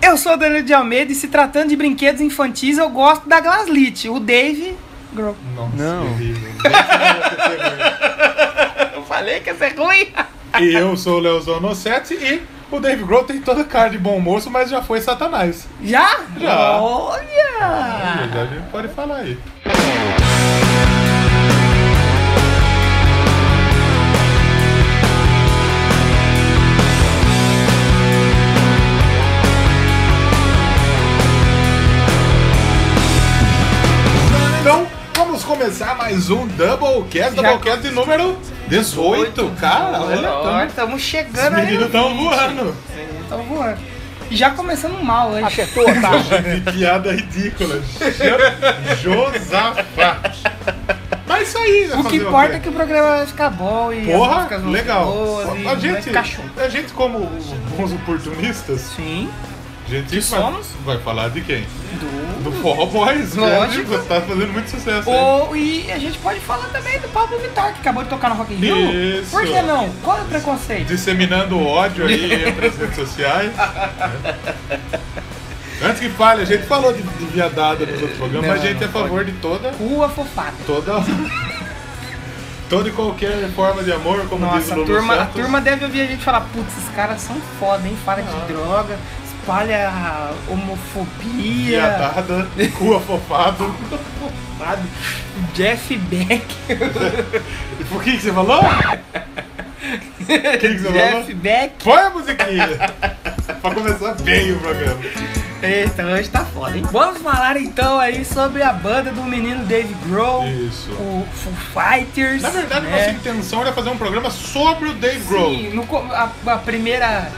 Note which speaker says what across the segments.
Speaker 1: Eu sou Danilo de Almeida e se tratando de brinquedos infantis, eu gosto da Glaslit. O Dave. Girl.
Speaker 2: Nossa,
Speaker 3: Não.
Speaker 2: que horrível. Décima
Speaker 1: Eu falei que ia ser ruim.
Speaker 2: categoria. e eu sou o Leozão Nocete e o Dave Grohl tem toda cara de bom moço, mas já foi satanás.
Speaker 1: Já?
Speaker 2: Já.
Speaker 1: Olha!
Speaker 2: Já vi, pode falar aí. Então, vamos começar mais um Doublecast,
Speaker 1: Já-
Speaker 2: Doublecast de número 18, cara, olha
Speaker 1: Olha,
Speaker 2: tanto.
Speaker 1: estamos
Speaker 2: Os
Speaker 1: chegando aí.
Speaker 2: meninos estão tá voando.
Speaker 1: Estamos voando. E já começando mal hoje.
Speaker 3: Acertou a taxa.
Speaker 2: Que piada ridícula. Jo- Josafá. Mas isso aí, né,
Speaker 1: O que
Speaker 2: fazer
Speaker 1: importa
Speaker 2: quê?
Speaker 1: é que o programa vai ficar bom e as
Speaker 2: Porra,
Speaker 1: músicas vão
Speaker 2: legal.
Speaker 1: ser boas e
Speaker 2: a,
Speaker 1: vai
Speaker 2: gente,
Speaker 1: ficar show.
Speaker 2: a gente, como bons oportunistas,
Speaker 1: Sim,
Speaker 2: a gente vai,
Speaker 1: somos?
Speaker 2: vai falar de quem?
Speaker 1: do...
Speaker 2: Do Forró Boys,
Speaker 1: Lógico.
Speaker 2: né? Você tá fazendo muito sucesso aí.
Speaker 1: Ou, e a gente pode falar também do Pablo Vittar, que acabou de tocar no Rock in Rio.
Speaker 2: Isso.
Speaker 1: Por que não? Qual é o preconceito?
Speaker 2: Disseminando ódio aí entre as redes sociais. né? Antes que fale, a gente falou de, de viadada nos outros programas, mas a gente é a favor de toda
Speaker 1: Rua fofada.
Speaker 2: toda toda e qualquer forma de amor, como diz
Speaker 1: Nossa,
Speaker 2: o
Speaker 1: a
Speaker 2: Lulu
Speaker 1: turma, a
Speaker 2: Santos.
Speaker 1: turma deve ouvir a gente falar, putz, esses caras são foda, hein? Fala
Speaker 2: Ah.
Speaker 1: de droga, espalha
Speaker 2: Ah,
Speaker 1: homofobia,
Speaker 2: viadada, cu afofado.
Speaker 1: sabe? Jeff Beck.
Speaker 2: E Por que que você falou? que que você
Speaker 1: Jeff
Speaker 2: falou?
Speaker 1: Beck.
Speaker 2: Põe a musiquinha. pra começar bem o programa.
Speaker 1: Eita, hoje tá foda, hein? Vamos falar então aí sobre a banda do menino Dave Grohl,
Speaker 2: Isso.
Speaker 1: o Foo Fighters.
Speaker 2: Na verdade,
Speaker 1: né?
Speaker 2: nossa intenção era fazer um programa sobre o Dave Grohl.
Speaker 1: Sim, no co- a, a primeira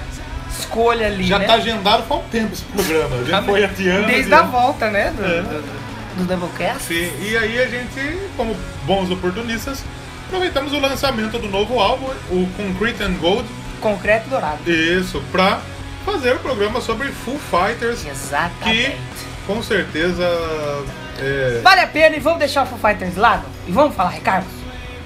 Speaker 1: escolha ali,
Speaker 2: Já
Speaker 1: né?
Speaker 2: tá agendado faz um tempo esse programa. A
Speaker 1: Tá
Speaker 2: gente foi adiando.
Speaker 1: Desde a
Speaker 2: adiando.
Speaker 1: volta, né? Do, do,
Speaker 2: É.
Speaker 1: do, do Doublecast.
Speaker 2: Sim, e aí a gente, como bons oportunistas, aproveitamos o lançamento do novo álbum, o Concrete and Gold,
Speaker 1: Concreto Dourado.
Speaker 2: Isso, pra fazer o programa sobre Full Fighters,
Speaker 1: Exatamente.
Speaker 2: que com certeza é.
Speaker 1: Vale a pena e vamos deixar o Foo Fighters de lado? E vamos falar Ricardo?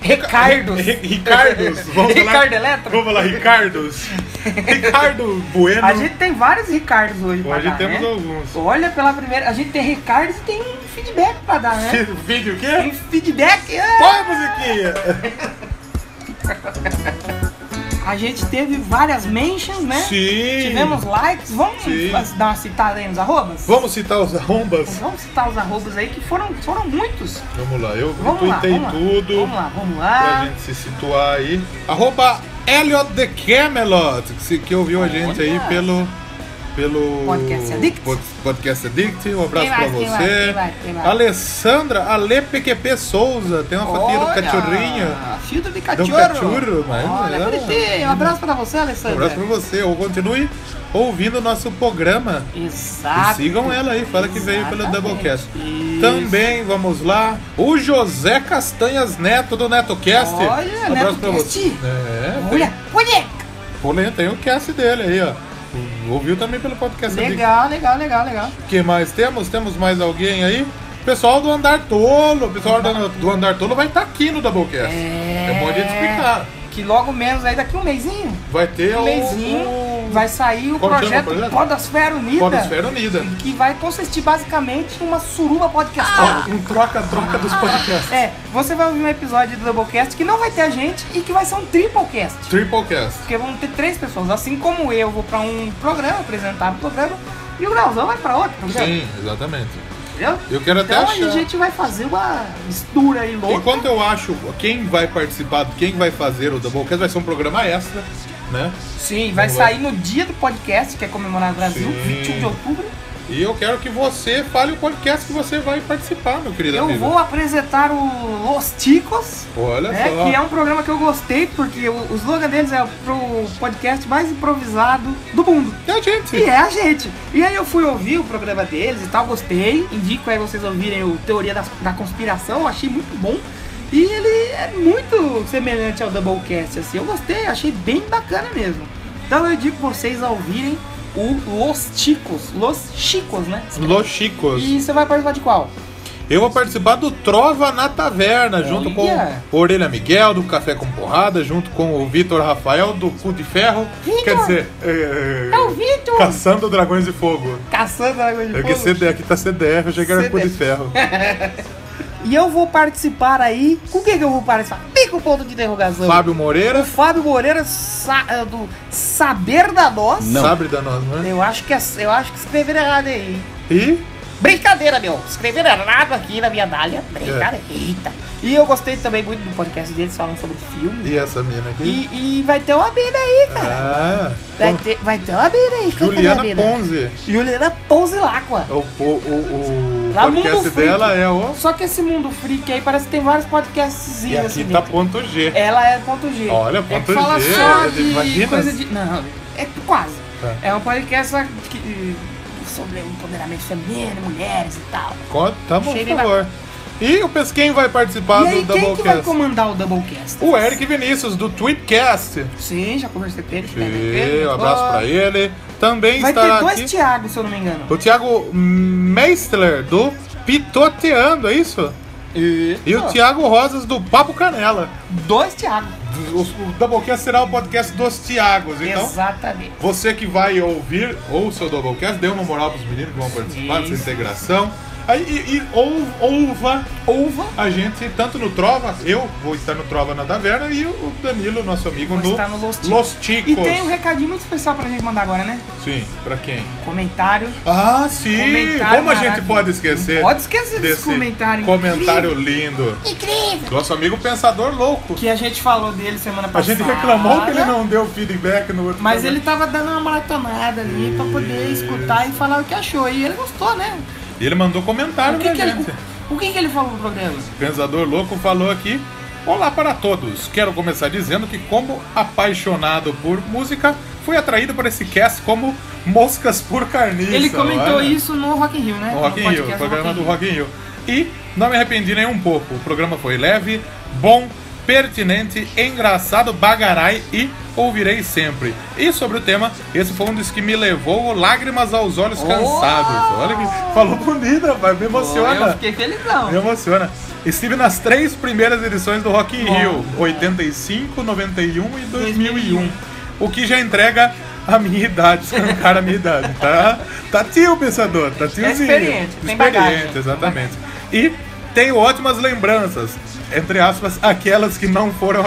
Speaker 1: Ricardos.
Speaker 2: Ri- Ricardos, vamos
Speaker 1: Ricardo
Speaker 2: falar,
Speaker 1: Eletro?
Speaker 2: Vamos falar, Ricardos. Ricardo Bueno.
Speaker 1: A gente tem vários Ricardos hoje pra
Speaker 2: Hoje
Speaker 1: dar,
Speaker 2: temos
Speaker 1: né?
Speaker 2: alguns.
Speaker 1: Olha, pela primeira... A gente tem Ricardos e tem um feedback pra dar, né?
Speaker 2: Vídeo o
Speaker 1: Tem
Speaker 2: quê?
Speaker 1: feedback... ah!
Speaker 2: Qual é a musiquinha?
Speaker 1: A gente teve várias mentions, né?
Speaker 2: Sim.
Speaker 1: Tivemos likes. Vamos
Speaker 2: Sim.
Speaker 1: dar uma citada aí nos arrobas?
Speaker 2: Vamos citar os arrombas?
Speaker 1: Vamos citar os arrobas aí, que foram, foram muitos.
Speaker 2: Vamos lá, eu
Speaker 1: Vamos lá,
Speaker 2: tuitei
Speaker 1: vamos lá.
Speaker 2: tudo.
Speaker 1: Vamos lá, vamos
Speaker 2: Pra
Speaker 1: lá.
Speaker 2: gente se situar aí. Arroba Elliot the Camelot, que, se- que ouviu a gente aí pelo. pelo
Speaker 1: Podcast Addict.
Speaker 2: pod- Podcast Addict. Um abraço
Speaker 1: Quem mais,
Speaker 2: pra
Speaker 1: quem
Speaker 2: você.
Speaker 1: mais, quem mais, quem mais?
Speaker 2: Alessandra Ale PQP Souza, tem uma fatia do
Speaker 1: Olha,
Speaker 2: cachorrinho.
Speaker 1: Filtro de
Speaker 2: Do
Speaker 1: cachorro.
Speaker 2: cachorro, mas.
Speaker 1: Olha, bonitinho. Um abraço pra você,
Speaker 2: Um
Speaker 1: Alessandra.
Speaker 2: abraço pra você. Ou continue ouvindo o nosso programa. E
Speaker 1: Exato.
Speaker 2: sigam ela aí, fala que veio pelo
Speaker 1: Ah, Exatamente.
Speaker 2: Doublecast.
Speaker 1: Isso.
Speaker 2: Também, vamos lá, o José Castanhas Neto do NetoCast.
Speaker 1: Olha,
Speaker 2: Um abraço pra
Speaker 1: NetoCast.
Speaker 2: você. É,
Speaker 1: Olha, olha.
Speaker 2: Polenta, tem o cast dele aí, ó. Ouviu também pelo podcast dele.
Speaker 1: Legal, legal, legal, legal.
Speaker 2: O que mais temos? Temos mais alguém aí? Pessoal do Andar Tolo, o pessoal do, do Andar Tolo vai estar aqui no Doublecast.
Speaker 1: É.
Speaker 2: Eu podia te explicar.
Speaker 1: Que logo menos aí, daqui um mêsinho,
Speaker 2: Vai ter
Speaker 1: um
Speaker 2: o,
Speaker 1: mêsinho,
Speaker 2: o
Speaker 1: vai sair o
Speaker 2: Como chama o
Speaker 1: projeto,
Speaker 2: projeto?
Speaker 1: Podosfera Unida.
Speaker 2: Podosfera Unida.
Speaker 1: Que vai consistir basicamente em uma suruba podcastal.
Speaker 2: Ó, Um troca-troca dos podcasts.
Speaker 1: É, você vai ouvir um episódio do Doublecast que não vai ter a gente e que vai ser um triplecast.
Speaker 2: Triplecast.
Speaker 1: Porque vão ter três pessoas, assim como eu vou pra um programa, apresentar um programa, e o Grauzão vai pra outro programa.
Speaker 2: Sim, exatamente.
Speaker 1: Entendeu?
Speaker 2: Eu quero até
Speaker 1: Então aí
Speaker 2: achar.
Speaker 1: a gente vai fazer uma mistura aí louca.
Speaker 2: Enquanto eu acho quem vai participar, quem vai fazer o Doublecast, vai ser um programa extra, né?
Speaker 1: Sim, vai sair no dia do podcast, que é comemorado no Brasil,
Speaker 2: Sim.
Speaker 1: 21 de outubro.
Speaker 2: E eu quero que você fale o podcast que você vai participar, meu querido
Speaker 1: Eu
Speaker 2: amigo.
Speaker 1: vou apresentar o Los Ticos.
Speaker 2: Olha
Speaker 1: né,
Speaker 2: só.
Speaker 1: que é um programa que eu gostei, porque o, o slogan deles é o podcast mais improvisado do mundo.
Speaker 2: E a gente.
Speaker 1: E é a gente. E aí eu fui ouvir o programa deles e tal, gostei. Indico aí vocês ouvirem o Teoria da, da Conspiração, achei muito bom. E ele é muito semelhante ao Doublecast, assim. Eu gostei, achei bem bacana mesmo. Então eu indico vocês a ouvirem o Los Chicos. Los Chicos, né?
Speaker 2: Los Chicos.
Speaker 1: E você vai participar de qual?
Speaker 2: Eu vou participar do Trova na Taverna, junto com
Speaker 1: Olha.
Speaker 2: o Orelha Miguel, do Café com Porrada, junto com o Vitor Rafael, do Cu de Ferro.
Speaker 1: Vitor!
Speaker 2: Quer dizer, é,
Speaker 1: É o Vitor!
Speaker 2: Caçando Dragões de Fogo.
Speaker 1: Caçando dragão de
Speaker 2: É que
Speaker 1: fogo.
Speaker 2: CD, aqui tá CDF, eu achei que era Cu de
Speaker 1: CDF.
Speaker 2: Ferro.
Speaker 1: É. E eu vou participar aí. Com quem que eu vou participar? Fica o ponto de interrogação.
Speaker 2: Fábio Moreira,
Speaker 1: O Fábio Moreira sa- é, do Saber da Nós.
Speaker 3: Não.
Speaker 2: sabe da nós, né?
Speaker 1: Eu acho que é- eu acho que escreveram errado aí. hein?
Speaker 2: E
Speaker 1: Brincadeira, meu. Escreveram errado aqui na minha dália. Brincadeira.
Speaker 2: É.
Speaker 1: Eita. E eu gostei também muito do podcast deles falando sobre filme.
Speaker 2: E essa mina aqui?
Speaker 1: E, e vai ter uma mina aí, cara.
Speaker 2: Ah,
Speaker 1: Vai ter, vai ter uma mina aí. Canta
Speaker 2: Juliana
Speaker 1: uma mina.
Speaker 2: Ponze.
Speaker 1: Juliana Ponzilacqua.
Speaker 2: É O, o- o- o
Speaker 1: Lá no
Speaker 2: podcast
Speaker 1: Mundo Freak.
Speaker 2: dela é o.
Speaker 1: Só que esse mundo freak aí parece que tem vários podcasts
Speaker 2: E aqui tá ponto G.
Speaker 1: Ela é ponto G.
Speaker 2: Olha,
Speaker 1: é
Speaker 2: ponto
Speaker 1: que fala
Speaker 2: G,
Speaker 1: só
Speaker 2: é de-
Speaker 1: de
Speaker 2: imagina.
Speaker 1: coisa de. Não, é quase.
Speaker 2: Tá.
Speaker 1: É um podcast só que, sobre o empoderamento feminino, mulheres e tal.
Speaker 2: Co- Tá bom, por
Speaker 1: Chega e
Speaker 2: favor. E o Pes- quem vai participar
Speaker 1: e aí,
Speaker 2: do
Speaker 1: quem que vai
Speaker 2: Doublecast?
Speaker 1: comandar o Doublecast?
Speaker 2: O Eric Vinícius, do Tweetcast.
Speaker 1: Sim, já conversei com ele.
Speaker 2: E um abraço pra ele. Também
Speaker 1: Vai
Speaker 2: estará
Speaker 1: ter dois
Speaker 2: aqui
Speaker 1: Thiago, se eu não me engano.
Speaker 2: o Thiago Meistler, do Pitoteando, é isso?
Speaker 1: E,
Speaker 2: E Ah. o Thiago Rosas, do Papo Canela.
Speaker 1: Dois Thiago.
Speaker 2: O o Doublecast será o podcast dos Thiagos, então...
Speaker 1: Exatamente.
Speaker 2: Você que vai ouvir, ouça o Doublecast, dê uma moral pros meninos que vão participar dessa
Speaker 1: Isso.
Speaker 2: integração. Aí, e e ou- ouva
Speaker 1: Ouva.
Speaker 2: a gente, tanto no Trova, eu vou estar no Trova na Taverna, e o Danilo, nosso amigo,
Speaker 1: Vou
Speaker 2: no,
Speaker 1: estar no Los Ticos.
Speaker 2: Ticos.
Speaker 1: E tem um recadinho muito especial pra gente mandar agora, né?
Speaker 2: Sim, pra quem?
Speaker 1: Comentário.
Speaker 2: Ah, sim!
Speaker 1: Comentário
Speaker 2: Como a gente
Speaker 1: maravilhoso.
Speaker 2: pode esquecer?
Speaker 1: Pode esquecer desse, comentário.
Speaker 2: comentário lindo.
Speaker 1: incrível.
Speaker 2: Nosso amigo pensador louco.
Speaker 1: Que a gente falou dele semana
Speaker 2: A
Speaker 1: passada.
Speaker 2: gente reclamou que ele não deu feedback no outro
Speaker 1: Mas ele
Speaker 2: programa.
Speaker 1: tava dando uma maratonada ali pra poder escutar e falar o que achou. E ele gostou, né?
Speaker 2: E ele mandou comentário
Speaker 1: O que,
Speaker 2: pra
Speaker 1: que
Speaker 2: gente.
Speaker 1: ele, o que, que ele falou no programa?
Speaker 2: Pensador Louco falou aqui. Olá para todos! Quero começar dizendo que, como apaixonado por música, fui atraído por esse cast como Moscas por Carniça.
Speaker 1: ele comentou
Speaker 2: olha.
Speaker 1: isso no Rock in Rio, né?
Speaker 2: No Rock in Rio,
Speaker 1: podcast
Speaker 2: programa do Rock in Rio. E não me arrependi nem um pouco. O programa foi leve, bom, pertinente, engraçado, bagarai e ouvirei sempre. E sobre o tema, esse foi um dos que me levou lágrimas aos olhos cansados. Olha que falou bonito, rapaz, me emociona.
Speaker 1: Oh! Eu fiquei felizão.
Speaker 2: Me emociona. Estive nas três primeiras edições do Rock in Rio, 85, 91 e 2001. O que já entrega a minha idade, escancar a minha idade, tá? Tá tio, pensador, tá tiozinho.
Speaker 1: É experiente, tem bagagem.
Speaker 2: exatamente. E tenho ótimas lembranças, entre aspas, aquelas que não foram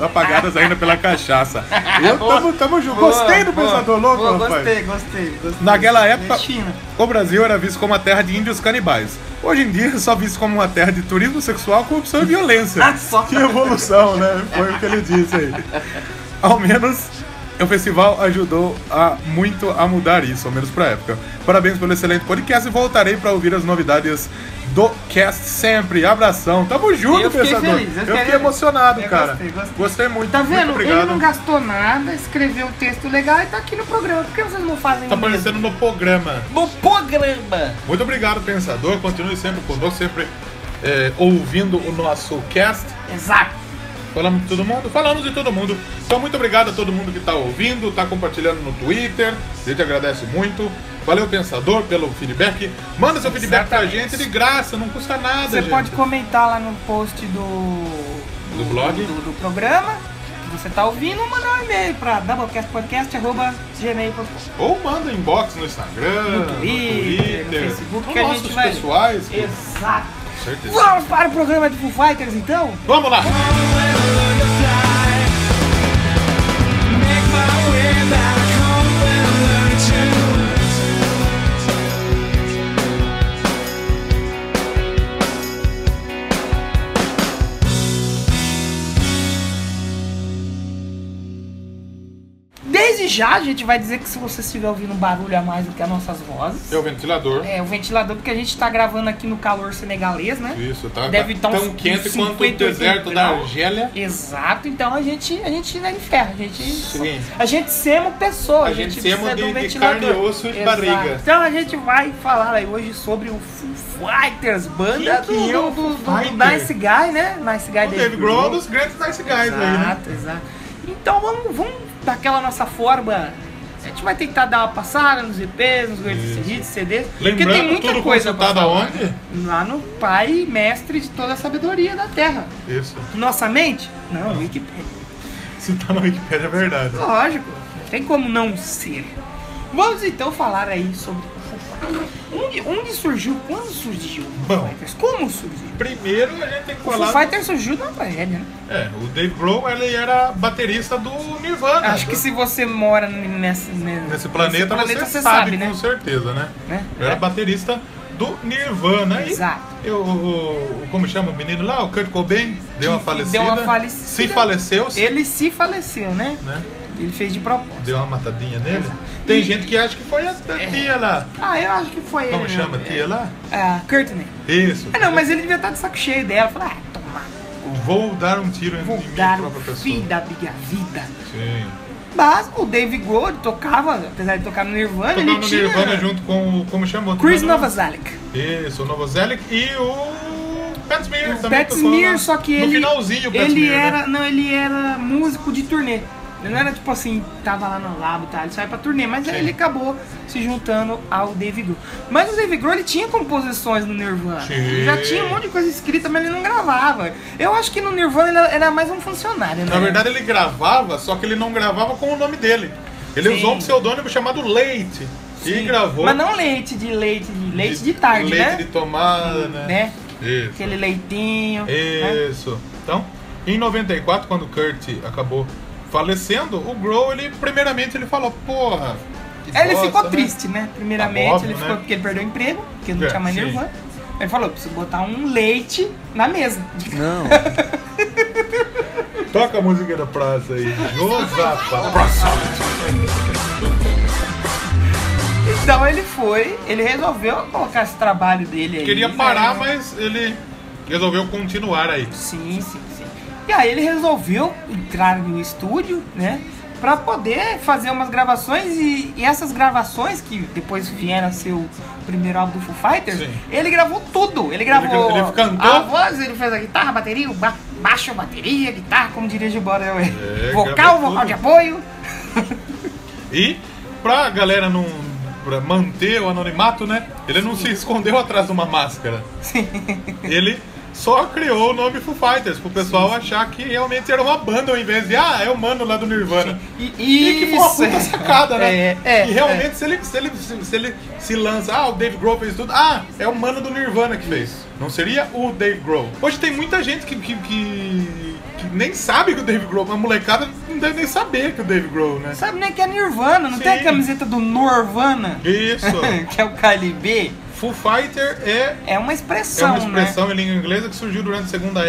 Speaker 2: apagadas ainda pela cachaça. Eu tamo, tamo junto. Gostei do
Speaker 1: É Boa,
Speaker 2: pensador
Speaker 1: boa,
Speaker 2: louco,
Speaker 1: boa,
Speaker 2: rapaz.
Speaker 1: Gostei, gostei, gostei.
Speaker 2: Naquela época,
Speaker 1: China.
Speaker 2: o Brasil era visto como uma terra de índios canibais. Hoje em dia, é só visto como uma terra de turismo sexual, corrupção e violência.
Speaker 1: Ah, só.
Speaker 2: Que evolução, né? Foi o que ele disse aí. Ao menos, o festival ajudou a, muito a mudar isso, ao menos pra época. Parabéns pelo excelente podcast e voltarei pra ouvir as novidades do cast sempre. Abração. Tamo junto,
Speaker 1: Eu fiquei
Speaker 2: pensador.
Speaker 1: feliz, eu
Speaker 2: eu
Speaker 1: fiquei
Speaker 2: fiquei
Speaker 1: feliz.
Speaker 2: emocionado,
Speaker 1: Eu
Speaker 2: cara.
Speaker 1: gostei, gostei.
Speaker 2: muito.
Speaker 1: Tá vendo?
Speaker 2: Muito
Speaker 1: ele
Speaker 2: obrigado.
Speaker 1: não gastou nada, escreveu um texto legal e tá aqui no programa. Por que vocês não fazem
Speaker 2: Tá
Speaker 1: o mesmo?
Speaker 2: aparecendo no programa.
Speaker 1: No programa!
Speaker 2: Muito obrigado, pensador. Continue sempre conosco, sempre é, ouvindo o nosso cast.
Speaker 1: Exato.
Speaker 2: Falamos de todo mundo? Falamos de todo mundo. Então, muito obrigado a todo mundo que está ouvindo, está compartilhando no Twitter. A gente agradece muito. Valeu, pensador, pelo feedback. Manda seu feedback pra
Speaker 1: Exatamente.
Speaker 2: gente de graça, não custa nada.
Speaker 1: Você
Speaker 2: gente.
Speaker 1: pode comentar lá no post do.
Speaker 2: Do blog?
Speaker 1: Do, do programa que você tá ouvindo ou mandar um e-mail pra doublecastpodcast.gmail.com.
Speaker 2: Ou manda um inbox no Instagram,
Speaker 1: No
Speaker 2: no
Speaker 1: Twitter,
Speaker 2: Twitter,
Speaker 1: no Facebook,
Speaker 2: nos
Speaker 1: que a
Speaker 2: nossos
Speaker 1: gente vai-
Speaker 2: pessoais. com
Speaker 1: Exato.
Speaker 2: certeza.
Speaker 1: Vamos para o programa de Foo Fighters então?
Speaker 2: Vamos lá!
Speaker 1: Desde já a gente vai dizer que se você estiver ouvindo um barulho a mais do que as nossas vozes.
Speaker 2: É o ventilador.
Speaker 1: É, o ventilador, porque a gente tá gravando aqui no calor senegalês, né?
Speaker 2: Isso, tá,
Speaker 1: Deve
Speaker 2: tá
Speaker 1: tá uns
Speaker 2: tão quente
Speaker 1: 50,
Speaker 2: quanto o
Speaker 1: 80
Speaker 2: deserto da
Speaker 1: graus.
Speaker 2: Argélia.
Speaker 1: Exato, então a gente, a gente não é inferno, a gente.
Speaker 2: Sim.
Speaker 1: A gente sema pessoa,
Speaker 2: A
Speaker 1: a,
Speaker 2: gente
Speaker 1: gente
Speaker 2: sema
Speaker 1: precisa
Speaker 2: de-
Speaker 1: um
Speaker 2: de
Speaker 1: ventilador.
Speaker 2: carne, osso e
Speaker 1: Exato.
Speaker 2: barriga.
Speaker 1: Então a gente vai falar aí hoje sobre o Foo Fighters, banda
Speaker 2: Que que
Speaker 1: do,
Speaker 2: é
Speaker 1: do,
Speaker 2: o
Speaker 1: do-
Speaker 2: Foo
Speaker 1: do
Speaker 2: Fighter?
Speaker 1: Nice Guy, né? Nice Guy
Speaker 2: O Dave Grohl é um dos grandes nice guys aí, né?
Speaker 1: Exato, exato. Então vamos, vamos daquela nossa forma A gente vai tentar dar uma passada nos EPs, nos grandes hits, CDs. porque tem
Speaker 2: Lembrando
Speaker 1: muita
Speaker 2: tudo
Speaker 1: coisa pra
Speaker 2: consultado
Speaker 1: falar.
Speaker 2: aonde?
Speaker 1: Lá no pai mestre de toda a sabedoria da Terra.
Speaker 2: Isso.
Speaker 1: Nossa mente? Não, Wikipedia.
Speaker 2: Se tá na Wikipedia é verdade.
Speaker 1: Lógico, não tem como não ser. Vamos então falar aí sobre Foo Fighters. Um onde, onde surgiu, quando surgiu o Foo
Speaker 2: Bom.
Speaker 1: Fighters, como surgiu.
Speaker 2: Primeiro a gente tem que
Speaker 1: O Foo
Speaker 2: falar.
Speaker 1: Fighters surgiu na tragédia, né?
Speaker 2: É, o Dave Grohl ele era baterista do Nirvana.
Speaker 1: Acho que se você mora nessa, né,
Speaker 2: Ah, Nesse planeta, você, sabe, com certeza, né?
Speaker 1: Né?
Speaker 2: Eu era
Speaker 1: É.
Speaker 2: baterista do Nirvana. e
Speaker 1: Exato.
Speaker 2: eu- o- o- como chama o menino lá? O Kurt Cobain deu uma falecida.
Speaker 1: deu uma falecida.
Speaker 2: Se faleceu, se-
Speaker 1: Ele se faleceu, né?
Speaker 2: né?
Speaker 1: Ele fez de propósito.
Speaker 2: Deu uma matadinha nele. Tem gente que acha que foi a da tia lá.
Speaker 1: Ah, eu acho que foi
Speaker 2: Como
Speaker 1: ele.
Speaker 2: chama a
Speaker 1: mesmo.
Speaker 2: tia lá?
Speaker 1: Ah, Courtney.
Speaker 2: Isso.
Speaker 1: Ah, não, mas ele devia estar de saco cheio dela. Falar, ah, toma,
Speaker 2: Vou dar um tiro em
Speaker 1: vou
Speaker 2: minha
Speaker 1: dar o
Speaker 2: própria pessoa.
Speaker 1: fim da minha vida.
Speaker 2: Sim.
Speaker 1: Mas o Dave Grohl ele tocava, apesar de tocar no Nirvana, ele
Speaker 2: Tocando no
Speaker 1: tinha...
Speaker 2: Nirvana junto com o. Como chamou?
Speaker 1: Chris Novoselic.
Speaker 2: Isso, o Novoselic e o Pat Smear
Speaker 1: O
Speaker 2: também.
Speaker 1: Pat
Speaker 2: tocou lá.
Speaker 1: Smear, só que ele...
Speaker 2: No finalzinho, o Pat
Speaker 1: Ele
Speaker 2: Smear, né?
Speaker 1: era... Não, ele era músico de turnê. Ele não era tipo assim, tava lá no lab e tal, ele saiu pra turnê, mas aí
Speaker 2: Sim.
Speaker 1: ele acabou se juntando ao Dave Grohl. Mas o Dave Grohl, ele tinha composições no Nirvana.
Speaker 2: Sim.
Speaker 1: Ele já tinha um monte de coisa escrita, mas ele não gravava. Eu acho que no Nirvana ele era mais um funcionário, né?
Speaker 2: Na verdade, ele gravava, só que ele não gravava com o nome dele. Ele
Speaker 1: Sim.
Speaker 2: usou um pseudônimo chamado Leite. E
Speaker 1: Sim.
Speaker 2: gravou.
Speaker 1: Mas não leite de leite, de leite de, tarde,
Speaker 2: leite
Speaker 1: né?
Speaker 2: de tomada, né?
Speaker 1: Né?
Speaker 2: Isso.
Speaker 1: Aquele leitinho.
Speaker 2: É,
Speaker 1: né?
Speaker 2: Isso. Então, em 94, quando o Kurt acabou falecendo, o Grohl, ele, primeiramente, ele falou, porra. que
Speaker 1: Aí ele
Speaker 2: bosta,
Speaker 1: ficou
Speaker 2: né?"
Speaker 1: triste, né? Primeiramente,
Speaker 2: Tá óbvio,
Speaker 1: ele ficou
Speaker 2: né?
Speaker 1: porque ele perdeu o emprego, porque não
Speaker 2: É,
Speaker 1: tinha mais
Speaker 2: sim.
Speaker 1: Nirvana. Ele falou, preciso botar um leite na mesa.
Speaker 3: Não.
Speaker 2: Toca a música da praça aí. Josapa.
Speaker 1: Então ele foi, ele resolveu colocar esse trabalho dele aí.
Speaker 2: Queria
Speaker 1: né?
Speaker 2: parar, mas ele resolveu continuar aí.
Speaker 1: Sim, sim, sim. E aí ele resolveu entrar no estúdio, né? Pra poder fazer umas gravações e, e essas gravações que depois vieram a ser o primeiro álbum do Foo Fighters,
Speaker 2: Sim.
Speaker 1: ele gravou tudo. Ele gravou
Speaker 2: Ele- ele cantou?
Speaker 1: a voz, ele fez a guitarra, a bateria, o ba baixo, a bateria, a guitarra, como dirige o Borel.
Speaker 2: É,
Speaker 1: vocal,
Speaker 2: gravou
Speaker 1: vocal
Speaker 2: tudo.
Speaker 1: de apoio.
Speaker 2: E pra galera não pra manter o anonimato, né? Ele não se escondeu atrás de uma máscara. Ele só criou o nome Foo Fighters pro pessoal achar que realmente era uma banda ao invés de ah, é o mano lá do Nirvana.
Speaker 1: E,
Speaker 2: E que foi uma
Speaker 1: isso,
Speaker 2: puta
Speaker 1: é.
Speaker 2: sacada, né?
Speaker 1: É, é,
Speaker 2: e realmente se, ele, se, ele, se, se ele se lança, ah, o Dave Grohl fez tudo, ah, é o mano do Nirvana que fez. Não seria o Dave Grohl. Hoje tem muita gente que, que, que- que nem sabe que o Dave Grohl, uma molecada não deve nem saber que o Dave Grohl, né?
Speaker 1: Sabe, né? Que é Nirvana, não
Speaker 2: Sim.
Speaker 1: tem a camiseta do Norvana,
Speaker 2: Isso.
Speaker 1: que é o Calibê.
Speaker 2: Full Fighter é,
Speaker 1: É uma
Speaker 2: é
Speaker 1: expressão,
Speaker 2: uma
Speaker 1: né?
Speaker 2: expressão em língua inglesa que surgiu durante a Segunda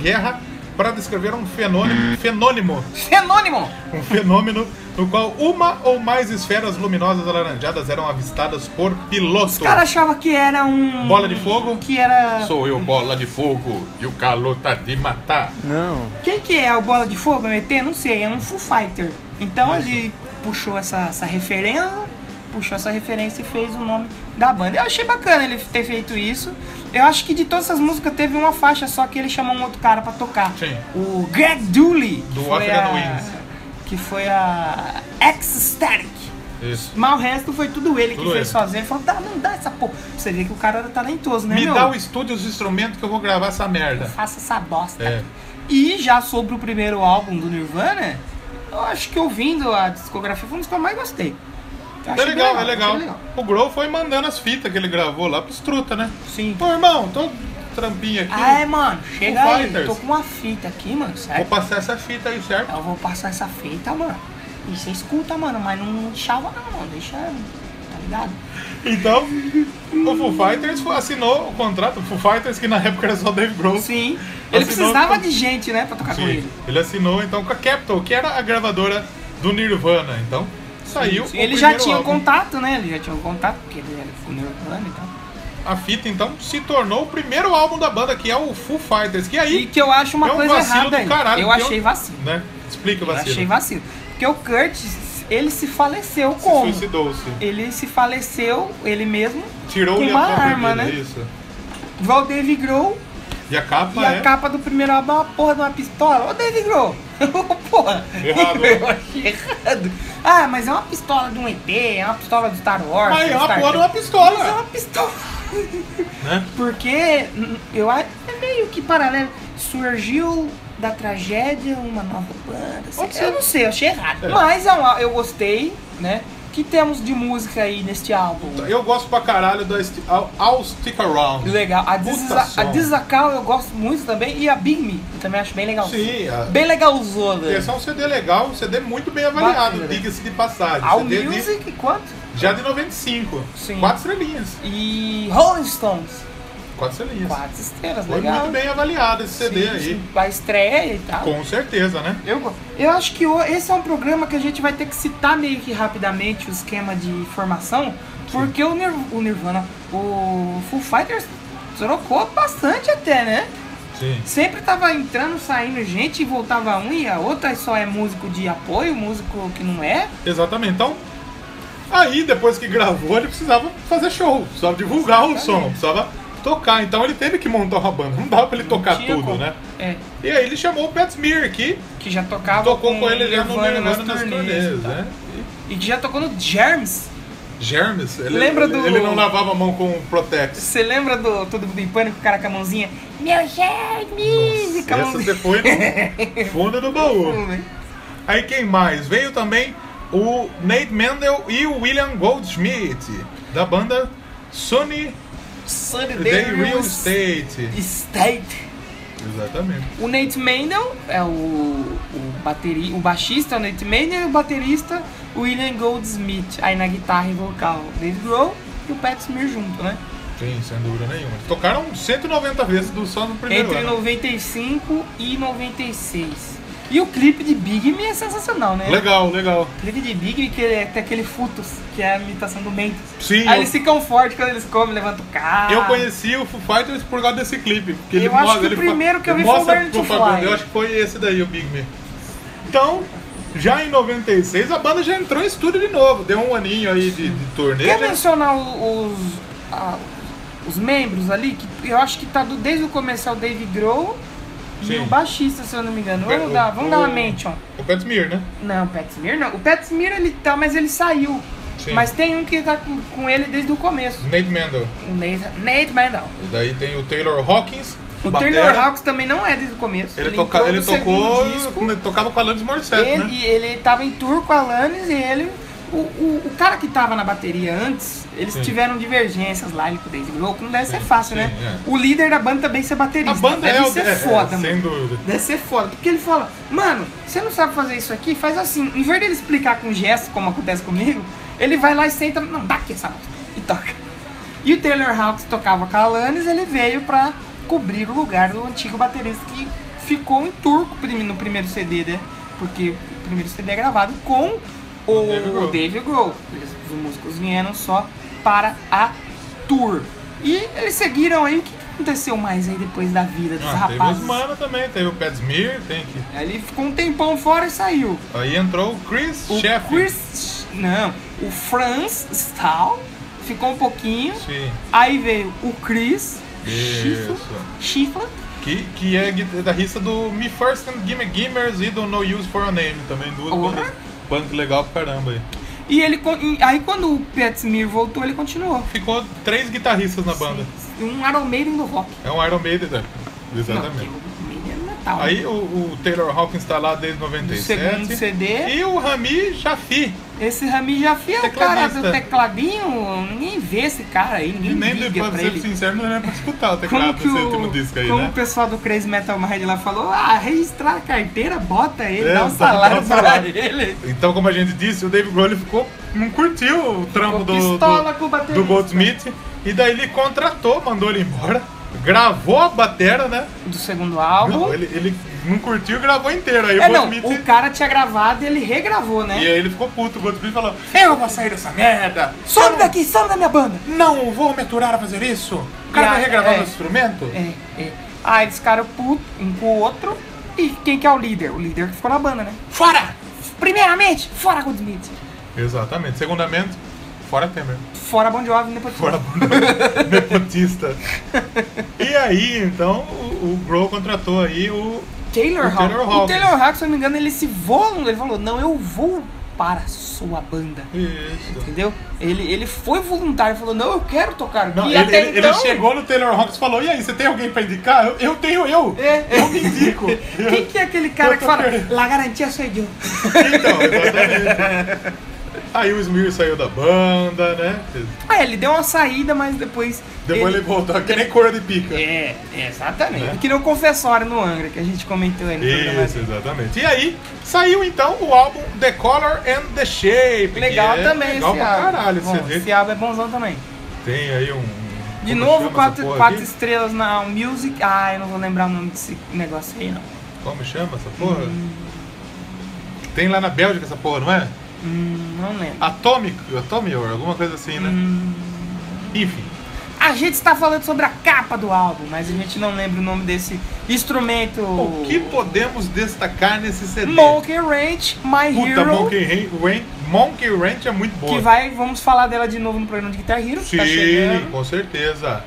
Speaker 2: Guerra para descrever um fenômeno, fenônimo,
Speaker 1: Fenômeno!
Speaker 2: um fenômeno no qual uma ou mais esferas luminosas alaranjadas eram avistadas por piloto.
Speaker 1: O cara achava que era um.
Speaker 2: Bola de fogo?
Speaker 1: Que era.
Speaker 2: Sou eu, bola de fogo, e o calor tá de matar.
Speaker 3: Não.
Speaker 1: Quem que é o Bola de Fogo, o ET? Não sei, é um Foo Fighter. Então ele puxou essa, essa referência, puxou essa referência e fez o nome da banda. Eu achei bacana ele ter feito isso. Eu acho que de todas essas músicas teve uma faixa só que ele chamou um outro cara pra tocar.
Speaker 2: Sim.
Speaker 1: O Greg Dooley. que
Speaker 2: Do
Speaker 1: foi
Speaker 2: African
Speaker 1: a-
Speaker 2: Wings.
Speaker 1: Que foi a Ex-Static.
Speaker 2: Isso.
Speaker 1: Mas o resto foi tudo ele
Speaker 2: Tudo
Speaker 1: que fez
Speaker 2: ele.
Speaker 1: sozinho. Ele falou, tá, não dá essa porra. Você vê que o cara era talentoso, né,
Speaker 2: Me
Speaker 1: meu?
Speaker 2: dá o estúdio e os instrumentos que eu vou gravar essa merda.
Speaker 1: Faça essa bosta.
Speaker 2: É.
Speaker 1: E já sobre o primeiro álbum do Nirvana, eu acho que ouvindo a discografia foi um dos que eu mais gostei. Eu
Speaker 2: É
Speaker 1: achei bem
Speaker 2: legal, é legal.
Speaker 1: achei legal.
Speaker 2: O Grohl foi mandando as fitas que ele gravou lá pros truta, né?
Speaker 1: Sim.
Speaker 2: Pô, irmão, tô trampinho aqui.
Speaker 1: Ai, mano, chega
Speaker 2: Foo
Speaker 1: aí.
Speaker 2: Fighters.
Speaker 1: Tô com uma fita aqui, mano,
Speaker 2: Vou
Speaker 1: certo?
Speaker 2: passar essa fita aí, certo?
Speaker 1: Eu vou passar essa fita, mano. E você escuta, mano, mas não chava não, mano. Deixa, tá ligado?
Speaker 2: Então, o Foo Fighters foi- assinou o contrato. O Foo Fighters, que na época era só Dave Grohl.
Speaker 1: Sim. Ele
Speaker 2: Assinou
Speaker 1: precisava
Speaker 2: com-
Speaker 1: de gente, né, pra tocar
Speaker 2: Assim, Sim.
Speaker 1: com ele.
Speaker 2: Ele assinou então com a Capitol, que era a gravadora do Nirvana. Então, saiu.
Speaker 1: Sim,
Speaker 2: o
Speaker 1: ele já
Speaker 2: primeiro
Speaker 1: tinha o
Speaker 2: álbum.
Speaker 1: contato, né? Ele já tinha o contato, porque ele era do Nirvana e tal.
Speaker 2: A fita então se tornou o primeiro álbum da banda, que é o Foo Fighters. Que aí
Speaker 1: E que eu acho uma
Speaker 2: é um
Speaker 1: coisa
Speaker 2: vacilo
Speaker 1: errada. aí.
Speaker 2: do caralho.
Speaker 1: eu
Speaker 2: porque
Speaker 1: achei vacilo.
Speaker 2: Né? Explica o
Speaker 1: Eu
Speaker 2: vacilo.
Speaker 1: achei vacilo. Porque o Kurt, ele se faleceu
Speaker 2: Se
Speaker 1: como?
Speaker 2: Suicidou-se.
Speaker 1: Ele se faleceu, ele mesmo,
Speaker 2: Tirou-lhe
Speaker 1: com
Speaker 2: a
Speaker 1: uma
Speaker 2: própria
Speaker 1: arma,
Speaker 2: vida,
Speaker 1: né?
Speaker 2: Isso.
Speaker 1: Igual o Dave Grohl
Speaker 2: E a capa
Speaker 1: e
Speaker 2: é...
Speaker 1: é a capa do primeiro álbum é uma porra de uma pistola. Ô, Dave Grohl, Porra.
Speaker 2: Errado, né?
Speaker 1: Eu achei errado. Ah, mas é uma pistola de um ET, é uma pistola do Star Wars.
Speaker 2: Mas é
Speaker 1: do
Speaker 2: uma
Speaker 1: Star
Speaker 2: porra de
Speaker 1: Trek.
Speaker 2: uma pistola.
Speaker 1: Mas é uma pistola.
Speaker 2: Né?
Speaker 1: Porque hum, eu acho que é meio que paralelo. Surgiu da tragédia uma nova banda. assim.
Speaker 2: Pode ser.
Speaker 1: Eu não sei, eu achei errado.
Speaker 2: É.
Speaker 1: Mas é uma- eu gostei, né? que temos de música aí neste álbum?
Speaker 2: Eu gosto pra caralho da Sti- I'll, I'll Stick Around.
Speaker 1: Legal. A
Speaker 2: Puta
Speaker 1: This, is a, a
Speaker 2: som.
Speaker 1: This Is a Call eu gosto muito também. E a Big Me, eu também acho bem legal.
Speaker 2: Sim, a-
Speaker 1: Bem legalzona.
Speaker 2: esse é um CD legal, um CD muito bem avaliado,
Speaker 1: Bacana.
Speaker 2: diga-se de passagem.
Speaker 1: All
Speaker 2: CD de-
Speaker 1: Music, quanto?
Speaker 2: já de 95.
Speaker 1: Sim.
Speaker 2: Quatro estrelinhas.
Speaker 1: E Rolling Stones,
Speaker 2: Quatro estrelinhas.
Speaker 1: quatro estrelas,
Speaker 2: Foi
Speaker 1: legal.
Speaker 2: muito bem avaliado esse CD
Speaker 1: Sim,
Speaker 2: aí.
Speaker 1: sim, A estreia e tal.
Speaker 2: Com certeza, né?
Speaker 1: Eu, go- eu acho que o- esse é um programa que a gente vai ter que citar meio que rapidamente o esquema de formação, porque o, Nir- o Nirvana, o Full Fighters trocou bastante até, né?
Speaker 2: Sim.
Speaker 1: Sempre tava entrando, saindo gente, e voltava um e a outra só é músico de apoio, músico que não é.
Speaker 2: Exatamente. Então, aí depois que gravou, ele precisava fazer show, precisava divulgar o som, precisava tocar. Então ele teve que montar uma banda. Não dava pra ele tocar
Speaker 1: Tinha
Speaker 2: tudo,
Speaker 1: como-
Speaker 2: né?
Speaker 1: É,
Speaker 2: E aí ele chamou o Pat Smear aqui,
Speaker 1: que já tocava
Speaker 2: tocou com ele já no
Speaker 1: Nirvana
Speaker 2: Nirvana
Speaker 1: nas
Speaker 2: nas
Speaker 1: turnês tá. e
Speaker 2: turnês,
Speaker 1: tal.
Speaker 2: né?
Speaker 1: E que já tocou no Germs.
Speaker 2: Germes, ele,
Speaker 1: Lembra
Speaker 2: ele,
Speaker 1: do-
Speaker 2: ele não lavava a mão com o Protex.
Speaker 1: Você lembra do Todo Mundo em Pânico, o cara com a mãozinha? Meu Germes! Com a mãozinha. Né?
Speaker 2: Essa você foi no fundo do baú. Aí quem mais? Veio também o Nate Mendel e o William Goldsmith, da banda Sunny
Speaker 1: Sunny
Speaker 2: Day
Speaker 1: Day
Speaker 2: Real Estate.
Speaker 1: State.
Speaker 2: Exatamente.
Speaker 1: O Nate Mendel é o, o, bateri, o baixista, é o Nate Mendel, e o baterista, o William Goldsmith. Aí na guitarra e vocal, o Dave Grohl e o Pat Smear junto, né?
Speaker 2: Sim, sem dúvida nenhuma. Eles tocaram 190 vezes do só no primeiro
Speaker 1: Entre
Speaker 2: ano.
Speaker 1: 95 e 96. E o clipe de Big Me é sensacional, né?
Speaker 2: Legal, legal.
Speaker 1: O clipe de Big Me que é, tem aquele Futus, que é a imitação do Mentos.
Speaker 2: Sim,
Speaker 1: Aí
Speaker 2: eu-
Speaker 1: eles ficam fortes quando eles comem, levantam o carro.
Speaker 2: Eu conheci o Foo Fighters por causa desse clipe. Porque ele
Speaker 1: Eu acho
Speaker 2: mostra,
Speaker 1: que o
Speaker 2: ele fa-
Speaker 1: primeiro que eu
Speaker 2: ele
Speaker 1: vi foi o
Speaker 2: mostra
Speaker 1: Burn to
Speaker 2: propaganda.
Speaker 1: Fly.
Speaker 2: Eu acho que foi esse daí, o Big Me. Então, já em 96, a banda já entrou em estúdio de novo. Deu um aninho aí de, de turnê.
Speaker 1: Quer
Speaker 2: já-
Speaker 1: mencionar o- os, a- os membros ali? Que eu acho que tá do- desde o começo é o Dave Grohl e
Speaker 2: Sim.
Speaker 1: o baixista, se eu não me engano. Vamos
Speaker 2: O-
Speaker 1: dar, vamos dar
Speaker 2: o-
Speaker 1: uma mention.
Speaker 2: O Pat Smear, né?
Speaker 1: Não, o Pat Smear não. O Pat Smear ele tá, mas ele saiu.
Speaker 2: Sim.
Speaker 1: Mas tem um que tá com, com ele desde o começo.
Speaker 2: Nate Mendel.
Speaker 1: O Nate, Nate Mandel.
Speaker 2: E daí tem o Taylor Hawkins.
Speaker 1: O
Speaker 2: batera.
Speaker 1: Taylor Hawkins também não é desde o começo.
Speaker 2: Ele, toca-
Speaker 1: entrou
Speaker 2: ele
Speaker 1: no
Speaker 2: tocou.
Speaker 1: segundo disco.
Speaker 2: ele tocava com a Alanis Morissette,
Speaker 1: ele,
Speaker 2: né?
Speaker 1: e ele tava em tour com a Alanis e ele. O, o, o cara que tava na bateria antes, eles
Speaker 2: Sim.
Speaker 1: tiveram divergências lá, ele com o David Grohl, que não deve ser fácil,
Speaker 2: sim, é.
Speaker 1: né? O líder da banda também ser baterista.
Speaker 2: A banda
Speaker 1: deve
Speaker 2: é o.
Speaker 1: ser
Speaker 2: é, é,
Speaker 1: foda, mano.
Speaker 2: Sem dúvida.
Speaker 1: Deve ser foda. Porque ele fala, mano, você não sabe fazer isso aqui? Faz assim. Em vez dele explicar com gesto, como acontece comigo, ele vai lá e senta. Não, dá aqui essa música. E toca. E o Taylor Hawkins tocava com a Alanis, ele veio pra cobrir o lugar do antigo baterista que ficou em turco no primeiro CD, né? Porque o primeiro CD é gravado com o
Speaker 2: Dave Grohl.
Speaker 1: David Dave Grohl. Eles- Os músicos vieram só para a tour. E eles seguiram aí. O que que aconteceu mais aí depois da vida dos
Speaker 2: Ah, teve
Speaker 1: rapazes?
Speaker 2: os Mano também, teve o Pat Smear, tem que.
Speaker 1: Aí Ele ficou um tempão fora e saiu.
Speaker 2: Aí entrou o Chris
Speaker 1: O
Speaker 2: Sheffield.
Speaker 1: Chris. Não, o Franz Stahl ficou um pouquinho.
Speaker 2: Sim.
Speaker 1: Aí veio o Chris
Speaker 2: Isso.
Speaker 1: Chifla.
Speaker 2: Que, que é guitarrista do Me First and Gimme Gimmers e do No Use for a Name também. Duas
Speaker 1: Porra.
Speaker 2: bandas punk legal pra caramba aí.
Speaker 1: E ele. con- e Aí quando o Pat Smear voltou, ele continuou.
Speaker 2: Ficou três guitarristas na banda.
Speaker 1: Um Iron Maiden do rock.
Speaker 2: É um Iron Maiden, né? Exatamente.
Speaker 1: Não, porque o Maiden é metal.
Speaker 2: Aí o, o Taylor Hawkins tá lá desde
Speaker 1: do
Speaker 2: 97.
Speaker 1: segundo CD,
Speaker 2: E o Rami Jafi.
Speaker 1: esse Rami já é o cara do
Speaker 2: Tecladista.
Speaker 1: tecladinho. Ninguém vê esse cara aí,
Speaker 2: E
Speaker 1: ninguém
Speaker 2: nem
Speaker 1: liga
Speaker 2: depois,
Speaker 1: pra
Speaker 2: pra ser
Speaker 1: ele.
Speaker 2: sincero, não é pra escutar o
Speaker 1: Como
Speaker 2: teclado
Speaker 1: que
Speaker 2: desse
Speaker 1: o,
Speaker 2: último disco aí,
Speaker 1: como o
Speaker 2: né?
Speaker 1: pessoal do Crazy Metal Mind lá falou, ah, registrar a carteira, bota ele,
Speaker 2: É,
Speaker 1: dá um
Speaker 2: dá-
Speaker 1: salário
Speaker 2: dá um
Speaker 1: pra
Speaker 2: salário.
Speaker 1: ele.
Speaker 2: Então, como a gente disse, o Dave Grohl ele ficou, não curtiu o trampo
Speaker 1: Ficou
Speaker 2: do,
Speaker 1: pistola
Speaker 2: do,
Speaker 1: com o baterista.
Speaker 2: do Goldsmith. E daí ele contratou, mandou ele embora, gravou a batera, né?
Speaker 1: Do segundo álbum.
Speaker 2: Não, ele, ele não curtiu e gravou inteiro. Aí
Speaker 1: É,
Speaker 2: o
Speaker 1: não,
Speaker 2: Goldsmith.
Speaker 1: o cara tinha gravado e ele regravou,
Speaker 2: E
Speaker 1: né?
Speaker 2: aí ele ficou puto. O Goldsmith falou:
Speaker 1: Eu
Speaker 2: vou sair dessa merda!
Speaker 1: Some daqui, some da minha banda!
Speaker 2: Não vou me aturar a fazer isso! O cara
Speaker 1: E
Speaker 2: vai
Speaker 1: a-
Speaker 2: regravar
Speaker 1: é.
Speaker 2: meu instrumento?
Speaker 1: É, é. Aí eles ficaram putos um com o outro. E quem que é o líder? O líder que ficou na banda, né? Fora! Primeiramente, fora Goldsmith.
Speaker 2: Exatamente. Segundamente, fora Temer.
Speaker 1: Fora Bon Jovi, depois
Speaker 2: Fora nepotista. e aí, então, o, o Grohl contratou aí o
Speaker 1: Taylor
Speaker 2: O
Speaker 1: Hawk.
Speaker 2: Taylor
Speaker 1: O
Speaker 2: Hawkins.
Speaker 1: Taylor Hawk, se eu não me engano, ele se voa, ele falou, não, eu vou para a sua banda.
Speaker 2: Isso.
Speaker 1: Entendeu? Ele, ele foi voluntário, falou, não, eu quero tocar.
Speaker 2: Não,
Speaker 1: e
Speaker 2: ele,
Speaker 1: até
Speaker 2: ele-
Speaker 1: então,
Speaker 2: ele chegou no Taylor Hawkins e falou: E aí, você tem alguém pra indicar? Eu, eu tenho eu!
Speaker 1: É.
Speaker 2: Eu me indico!
Speaker 1: Quem que é aquele cara
Speaker 2: Eu
Speaker 1: que
Speaker 2: tô
Speaker 1: fala,
Speaker 2: perdido.
Speaker 1: La garantia sou eu?
Speaker 2: Então, exatamente. Aí o Smir saiu da banda, né?
Speaker 1: Ah, ele deu uma saída, mas depois.
Speaker 2: Depois ele, voltou, que nem cor de pica.
Speaker 1: É, exatamente.
Speaker 2: Né?
Speaker 1: Que nem o confessório no Angra, que a gente comentou aí no programa.
Speaker 2: Isso, exatamente. E aí, saiu então o álbum The Color and the Shape. que
Speaker 1: Legal
Speaker 2: é
Speaker 1: também
Speaker 2: legal
Speaker 1: esse
Speaker 2: pra
Speaker 1: álbum.
Speaker 2: caralho esse
Speaker 1: Bom,
Speaker 2: CD.
Speaker 1: esse álbum é bonzão também.
Speaker 2: Tem aí um.
Speaker 1: De
Speaker 2: como chama
Speaker 1: novo,
Speaker 2: essa
Speaker 1: quatro,
Speaker 2: porra
Speaker 1: quatro
Speaker 2: aqui?
Speaker 1: estrelas na Music. Ah, eu não vou lembrar o nome desse negócio aí, não.
Speaker 2: Como chama essa porra? Tem lá na Bélgica essa porra, não é?
Speaker 1: Hum, não lembro.
Speaker 2: Atomic, Atomior, alguma coisa assim, né?
Speaker 1: Hum.
Speaker 2: Enfim.
Speaker 1: A gente está falando sobre a capa do álbum, mas a gente não lembra o nome desse instrumento.
Speaker 2: O que podemos destacar nesse CD?
Speaker 1: Oh. Monkey Ranch, My
Speaker 2: Puta,
Speaker 1: Hero.
Speaker 2: Monkey Ranch, Monkey Ranch é muito boa.
Speaker 1: Que vai, vamos falar dela de novo no programa de Guitar Hero.
Speaker 2: Sim,
Speaker 1: Tá chegando.
Speaker 2: com certeza.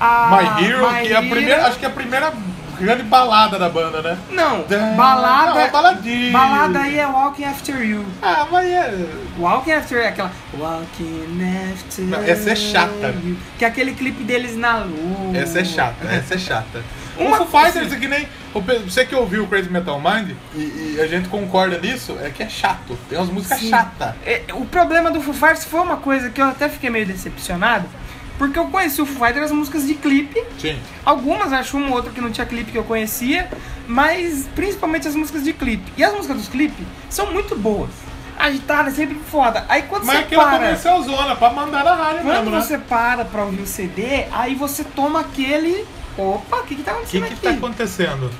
Speaker 1: A
Speaker 2: My Hero,
Speaker 1: My
Speaker 2: que é a
Speaker 1: Hero-
Speaker 2: primeira, acho que é a primeira grande balada da banda, né?
Speaker 1: Não,
Speaker 2: Não,
Speaker 1: balada.
Speaker 2: é baladinha.
Speaker 1: Balada aí é Walking After You.
Speaker 2: Ah, mas é.
Speaker 1: Walking After You é aquela. Walking After
Speaker 2: Não, essa é chata.
Speaker 1: You. Que é aquele clipe deles na lua.
Speaker 2: Essa é chata, essa é chata.
Speaker 1: Uh. Uma-
Speaker 2: o Foo Fighters, é que nem. o pe- Você que ouviu o Crazy Metal Mind, e, e a gente concorda nisso, é que é chato. Tem umas músicas
Speaker 1: Sim.
Speaker 2: chatas.
Speaker 1: É, O problema do Foo Fighters foi uma coisa que eu até fiquei meio decepcionado. Porque eu conheci o Foo Fighters as músicas de clipe.
Speaker 2: Sim.
Speaker 1: Algumas, acho uma ou outra que não tinha clipe que eu conhecia, mas principalmente as músicas de clipe. E as músicas dos clipes são muito boas. Agitada, sempre foda. Aí quando
Speaker 2: Mas é
Speaker 1: você
Speaker 2: aquela
Speaker 1: para.
Speaker 2: comercialzona, pra mandar na rádio
Speaker 1: Quando
Speaker 2: mesmo, né?
Speaker 1: você para pra ouvir o CD, aí você toma aquele. Opa, o que, que tá
Speaker 2: O que,
Speaker 1: acontecendo
Speaker 2: que tá
Speaker 1: aqui?
Speaker 2: acontecendo?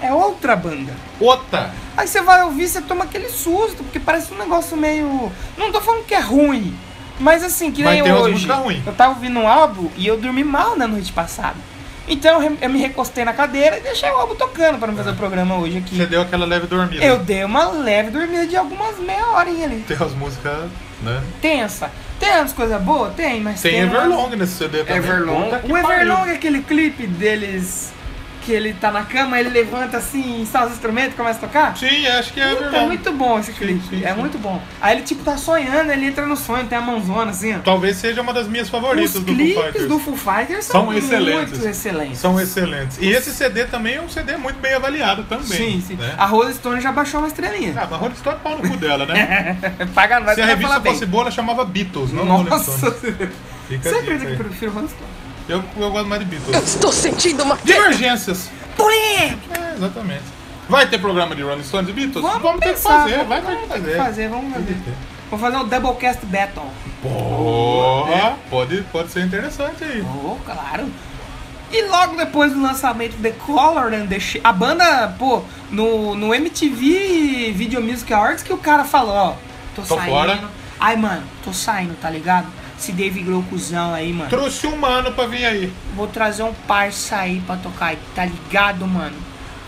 Speaker 1: É outra banda.
Speaker 2: Outra!
Speaker 1: Aí você vai ouvir, você toma aquele susto, porque parece um negócio meio. Não tô falando que é ruim, mas assim, que
Speaker 2: Mas
Speaker 1: nem
Speaker 2: tem umas
Speaker 1: hoje.
Speaker 2: músicas ruins.
Speaker 1: Eu tava ouvindo um álbum e eu dormi mal na noite passada. Então eu re- eu me recostei na cadeira e deixei o álbum tocando pra não fazer o programa hoje aqui.
Speaker 2: Você tá deu aquela leve dormida.
Speaker 1: Eu dei uma leve dormida de algumas meia horinha ali.
Speaker 2: Tem as músicas, né?
Speaker 1: Tensa. Tem umas coisas boas? Tem, mas
Speaker 2: Tem
Speaker 1: umas-
Speaker 2: Everlong nesse CD também.
Speaker 1: Everlong.
Speaker 2: Puta que
Speaker 1: O Everlong
Speaker 2: pariu.
Speaker 1: é aquele clipe deles que ele tá na cama, ele levanta assim, instala os instrumentos e começa a tocar.
Speaker 2: Sim, acho que é
Speaker 1: Puta, é
Speaker 2: Everlong.
Speaker 1: muito bom esse
Speaker 2: Sim,
Speaker 1: clipe.
Speaker 2: sim,
Speaker 1: é
Speaker 2: sim.
Speaker 1: muito bom. Aí ele tipo tá sonhando, ele entra no sonho, tem a mãozona assim, ó.
Speaker 2: Talvez seja uma das minhas favoritas
Speaker 1: Os
Speaker 2: do Foo
Speaker 1: clipes
Speaker 2: Fighters.
Speaker 1: do Foo Fighters
Speaker 2: São
Speaker 1: são,
Speaker 2: excelentes. assim.
Speaker 1: muito excelentes.
Speaker 2: São excelentes. E esse CD também é um CD muito bem avaliado também.
Speaker 1: Sim, sim. Ah.
Speaker 2: Né?
Speaker 1: A Rolling Stone já baixou uma estrelinha.
Speaker 2: Ah, mas Rolling Stone é pau no cu dela, né?
Speaker 1: Paga nós
Speaker 2: Se
Speaker 1: pra
Speaker 2: a
Speaker 1: falar
Speaker 2: revista
Speaker 1: bem.
Speaker 2: fosse boa, ela chamava Beatles, não Rolling
Speaker 1: Nossa,
Speaker 2: Stone.
Speaker 1: você
Speaker 2: Fica a dica
Speaker 1: acredita que eu
Speaker 2: aí.
Speaker 1: prefiro Rolling Stone?
Speaker 2: eu, eu gosto mais de
Speaker 3: Eu
Speaker 2: Beatles.
Speaker 3: estou sentindo uma
Speaker 2: Divergências.
Speaker 1: Polêmica!
Speaker 2: É, exatamente. Vai ter programa de Rolling Stones e Beatles?
Speaker 1: Vamos,
Speaker 2: ter que
Speaker 1: pensar,
Speaker 2: fazer, vai ter
Speaker 1: vamos
Speaker 2: que
Speaker 1: ter
Speaker 2: fazer.
Speaker 1: fazer, vamos fazer. Vou fazer um Doublecast Battle.
Speaker 2: Porra,
Speaker 1: É.
Speaker 2: pode, pode ser interessante aí.
Speaker 1: Oh, claro. E logo depois do lançamento The Color and the Sh a banda, pô, no, no MTV Video Music Awards que o cara falou, ó, tô,
Speaker 2: Tô
Speaker 1: saindo.
Speaker 2: fora.
Speaker 1: Ai, mano, tô saindo, tá ligado? Esse David Grohl cuzão aí, mano.
Speaker 2: Trouxe um mano pra vir aí.
Speaker 1: Vou trazer um parça aí pra tocar, aí, tá ligado, mano?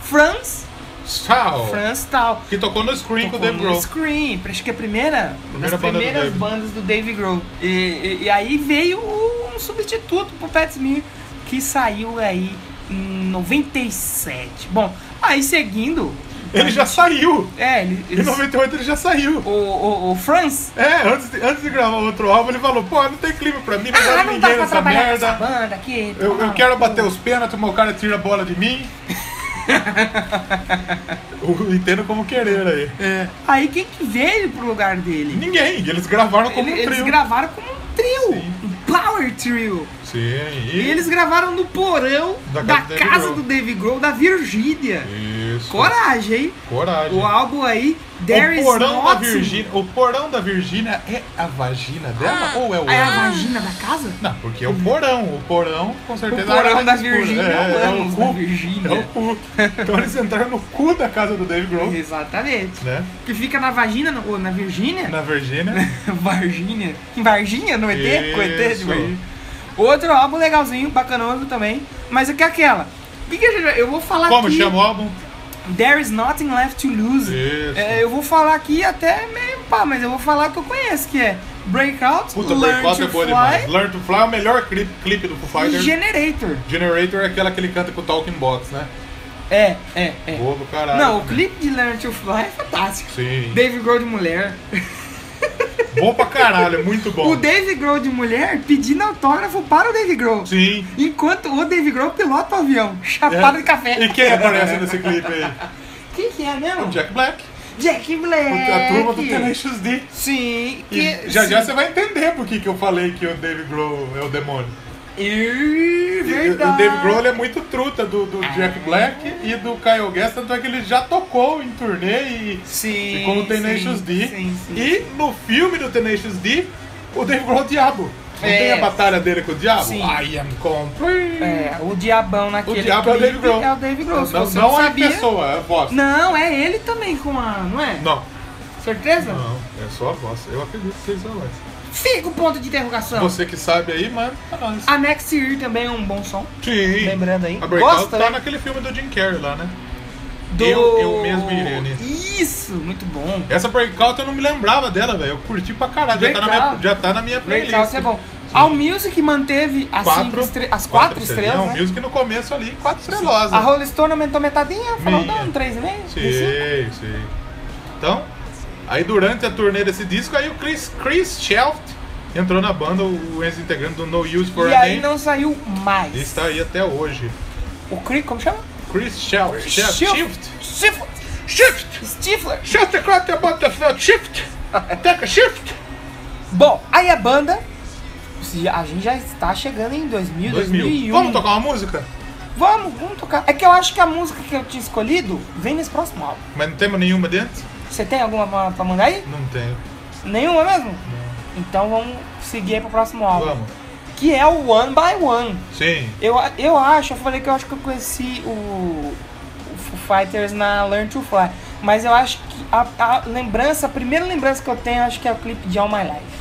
Speaker 1: Franz,
Speaker 2: Tchau.
Speaker 1: Franz tal.
Speaker 2: Que tocou no Screen com
Speaker 1: Tocou
Speaker 2: o Dave
Speaker 1: no
Speaker 2: Grohl.
Speaker 1: Scream, acho que é a primeira, das
Speaker 2: Primeira banda do
Speaker 1: primeiras
Speaker 2: Dave.
Speaker 1: bandas do Dave Grohl. E, e- e aí veio um substituto pro Pat Smear, que saiu aí em 97. Bom, aí seguindo...
Speaker 2: Ele já saiu.
Speaker 1: É, ele...
Speaker 2: Em
Speaker 1: ele-
Speaker 2: 98 ele já saiu.
Speaker 1: o, o, o Franz...
Speaker 2: É, antes de, antes de gravar outro álbum, ele falou, pô, não tem clima pra mim, não
Speaker 1: Ah,
Speaker 2: gosto de
Speaker 1: não dá
Speaker 2: ninguém
Speaker 1: pra
Speaker 2: nessa
Speaker 1: trabalhar com essa
Speaker 2: merda.
Speaker 1: banda aqui. então
Speaker 2: Eu, eu
Speaker 1: Não.
Speaker 2: quero bater os pênaltis, meu cara tira a bola de mim. Eu Entendo como querer aí.
Speaker 1: É. Aí quem que veio pro lugar dele?
Speaker 2: Ninguém, eles gravaram como
Speaker 1: Ele-
Speaker 2: um
Speaker 1: eles
Speaker 2: trio.
Speaker 1: gravaram como um trio.
Speaker 2: Sim.
Speaker 1: Um power trio.
Speaker 2: Sim,
Speaker 1: E eles gravaram no porão
Speaker 2: Da
Speaker 1: da,
Speaker 2: casa do Dave
Speaker 1: casa
Speaker 2: Grohl.
Speaker 1: do Dave Grohl, da Virgínia.
Speaker 2: Isso.
Speaker 1: Coragem, hein?
Speaker 2: Coragem.
Speaker 1: O álbum aí, There
Speaker 2: O
Speaker 1: is
Speaker 2: porão, da
Speaker 1: Nothing.
Speaker 2: Virgínia, o porão da Virgínia é a vagina dela ou é o
Speaker 1: Ah, é a
Speaker 2: ânus?
Speaker 1: vagina da casa?
Speaker 2: Não, porque é o porão. O porão, com
Speaker 1: O
Speaker 2: certeza... é a área
Speaker 1: porão da
Speaker 2: escura.
Speaker 1: Virgínia é,
Speaker 2: é, é
Speaker 1: o
Speaker 2: o
Speaker 1: ânus da
Speaker 2: cu. É o
Speaker 1: Virgínia.
Speaker 2: cu. Então eles entraram no cu da casa do Dave Grohl,
Speaker 1: Exatamente.
Speaker 2: né?
Speaker 1: Que fica na vagina, no- ou na Virgínia?
Speaker 2: Na Virgínia.
Speaker 1: Varginha. Em Varginha, no ET? Com ET de
Speaker 2: Isso.
Speaker 1: Varginha. Outro álbum legalzinho, bacanoso também. Mas o que é aquela? O que que a gente- eu vou falar
Speaker 2: Como
Speaker 1: aqui?
Speaker 2: chama o álbum?
Speaker 1: There is nothing left to lose.
Speaker 2: Isso.
Speaker 1: É, eu vou falar aqui até meio pá, mas eu vou falar o que eu conheço, que é Breakout,
Speaker 2: Puta,
Speaker 1: Learn
Speaker 2: Breakout
Speaker 1: to
Speaker 2: é boa
Speaker 1: Fly
Speaker 2: demais. Learn to Fly é o melhor clipe, clipe do Foo
Speaker 1: e
Speaker 2: Fighters.
Speaker 1: Generator.
Speaker 2: Generator é aquela que ele canta com o Talking Box, né?
Speaker 1: É, é, é.
Speaker 2: Boa do caralho.
Speaker 1: Não, o clipe de Learn to Fly é fantástico.
Speaker 2: Sim.
Speaker 1: Dave Grohl de mulher.
Speaker 2: Bom pra caralho, é muito bom.
Speaker 1: O Dave Grohl de mulher pedindo autógrafo para o Dave Grohl.
Speaker 2: Sim.
Speaker 1: Enquanto o Dave Grohl pilota o avião, chapado
Speaker 2: É.
Speaker 1: de café.
Speaker 2: E quem aparece nesse clipe aí?
Speaker 1: Quem que é mesmo?
Speaker 2: O Jack Black.
Speaker 1: Jack Black.
Speaker 2: A turma do Tenacious D.
Speaker 1: Sim.
Speaker 2: E já já
Speaker 1: sim.
Speaker 2: você vai entender por que, que eu falei que o Dave Grohl é o demônio.
Speaker 1: Ih,
Speaker 2: E
Speaker 1: verdade.
Speaker 2: O Dave Grohl ele é muito truta do, do Jack Black e do Kyle Guest, tanto é que ele já tocou em turnê e
Speaker 1: Sim.
Speaker 2: ficou no Tenacious
Speaker 1: sim,
Speaker 2: D.
Speaker 1: Sim, sim.
Speaker 2: E no filme do Tenacious D, o Dave Grohl é o diabo. Não
Speaker 1: É.
Speaker 2: tem a batalha dele com o diabo?
Speaker 1: Sim.
Speaker 2: I am complete.
Speaker 1: É, o diabão naquele
Speaker 2: O diabo é o
Speaker 1: clipe
Speaker 2: Dave Grohl.
Speaker 1: É o Dave Grohl. Se
Speaker 2: Não,
Speaker 1: você
Speaker 2: não é a
Speaker 1: sabia...
Speaker 2: pessoa, é a voz.
Speaker 1: Não, é ele também com a... Não é?
Speaker 2: Não.
Speaker 1: Certeza?
Speaker 2: Não, é só a voz. Eu acredito que seja a voz.
Speaker 1: Fica o ponto de interrogação.
Speaker 2: Você que sabe aí, mano, pra nós.
Speaker 1: A Next Year também é um bom som.
Speaker 2: Sim.
Speaker 1: Lembrando Ah, aí.
Speaker 2: A Breakout
Speaker 1: Gosta,
Speaker 2: tá
Speaker 1: né?
Speaker 2: naquele filme do Jim Carrey lá, né?
Speaker 1: Do...
Speaker 2: Eu- eu mesmo iria nisso.
Speaker 1: Isso, muito bom.
Speaker 2: Essa Breakout eu não me lembrava dela, velho. Eu curti pra caralho. Já tá, na minha,
Speaker 1: Breakout.
Speaker 2: já tá na minha playlist.
Speaker 1: Breakout é bom. All Music manteve as, cinco estre- as quatro, estrelas,
Speaker 2: Não,
Speaker 1: né?
Speaker 2: Music no começo ali, quatro estrelosas.
Speaker 1: A Rolling Stone aumentou metadinha, falou,
Speaker 2: Minha.
Speaker 1: dá um 3,5.
Speaker 2: Sim,
Speaker 1: né?
Speaker 2: sim. Então, aí durante a turnê desse disco, aí o Chris, Chris Shelft entrou na banda, o ex-integrante do No Use for
Speaker 1: E
Speaker 2: a
Speaker 1: aí
Speaker 2: Name.
Speaker 1: não saiu mais.
Speaker 2: E está aí até hoje.
Speaker 1: O Creek, como chama?
Speaker 2: Chris Shelft. Shelft.
Speaker 1: Stifler.
Speaker 2: Shift!
Speaker 1: Stifler.
Speaker 2: Shift the clock, the butterfly, shift! Take a shift!
Speaker 1: Bom, aí a banda. se- A gente já está chegando em 2000,
Speaker 2: 2000.
Speaker 1: 2001.
Speaker 2: Vamos tocar uma música?
Speaker 1: Vamos, vamos tocar. É que eu acho que a música que eu tinha escolhido vem nesse próximo álbum.
Speaker 2: Mas não temos nenhuma dentro?
Speaker 1: Você tem alguma pra, pra mandar aí?
Speaker 2: Não tenho.
Speaker 1: Nenhuma mesmo? Então vamos seguir aí pro próximo álbum.
Speaker 2: Vamos.
Speaker 1: Que é o One by One.
Speaker 2: Sim.
Speaker 1: Eu, a- eu acho, eu falei que eu acho que eu conheci o, o Foo Fighters na Learn to Fly. Mas eu acho que a, a lembrança, a primeira lembrança que eu tenho, acho que é o clipe de All My Life.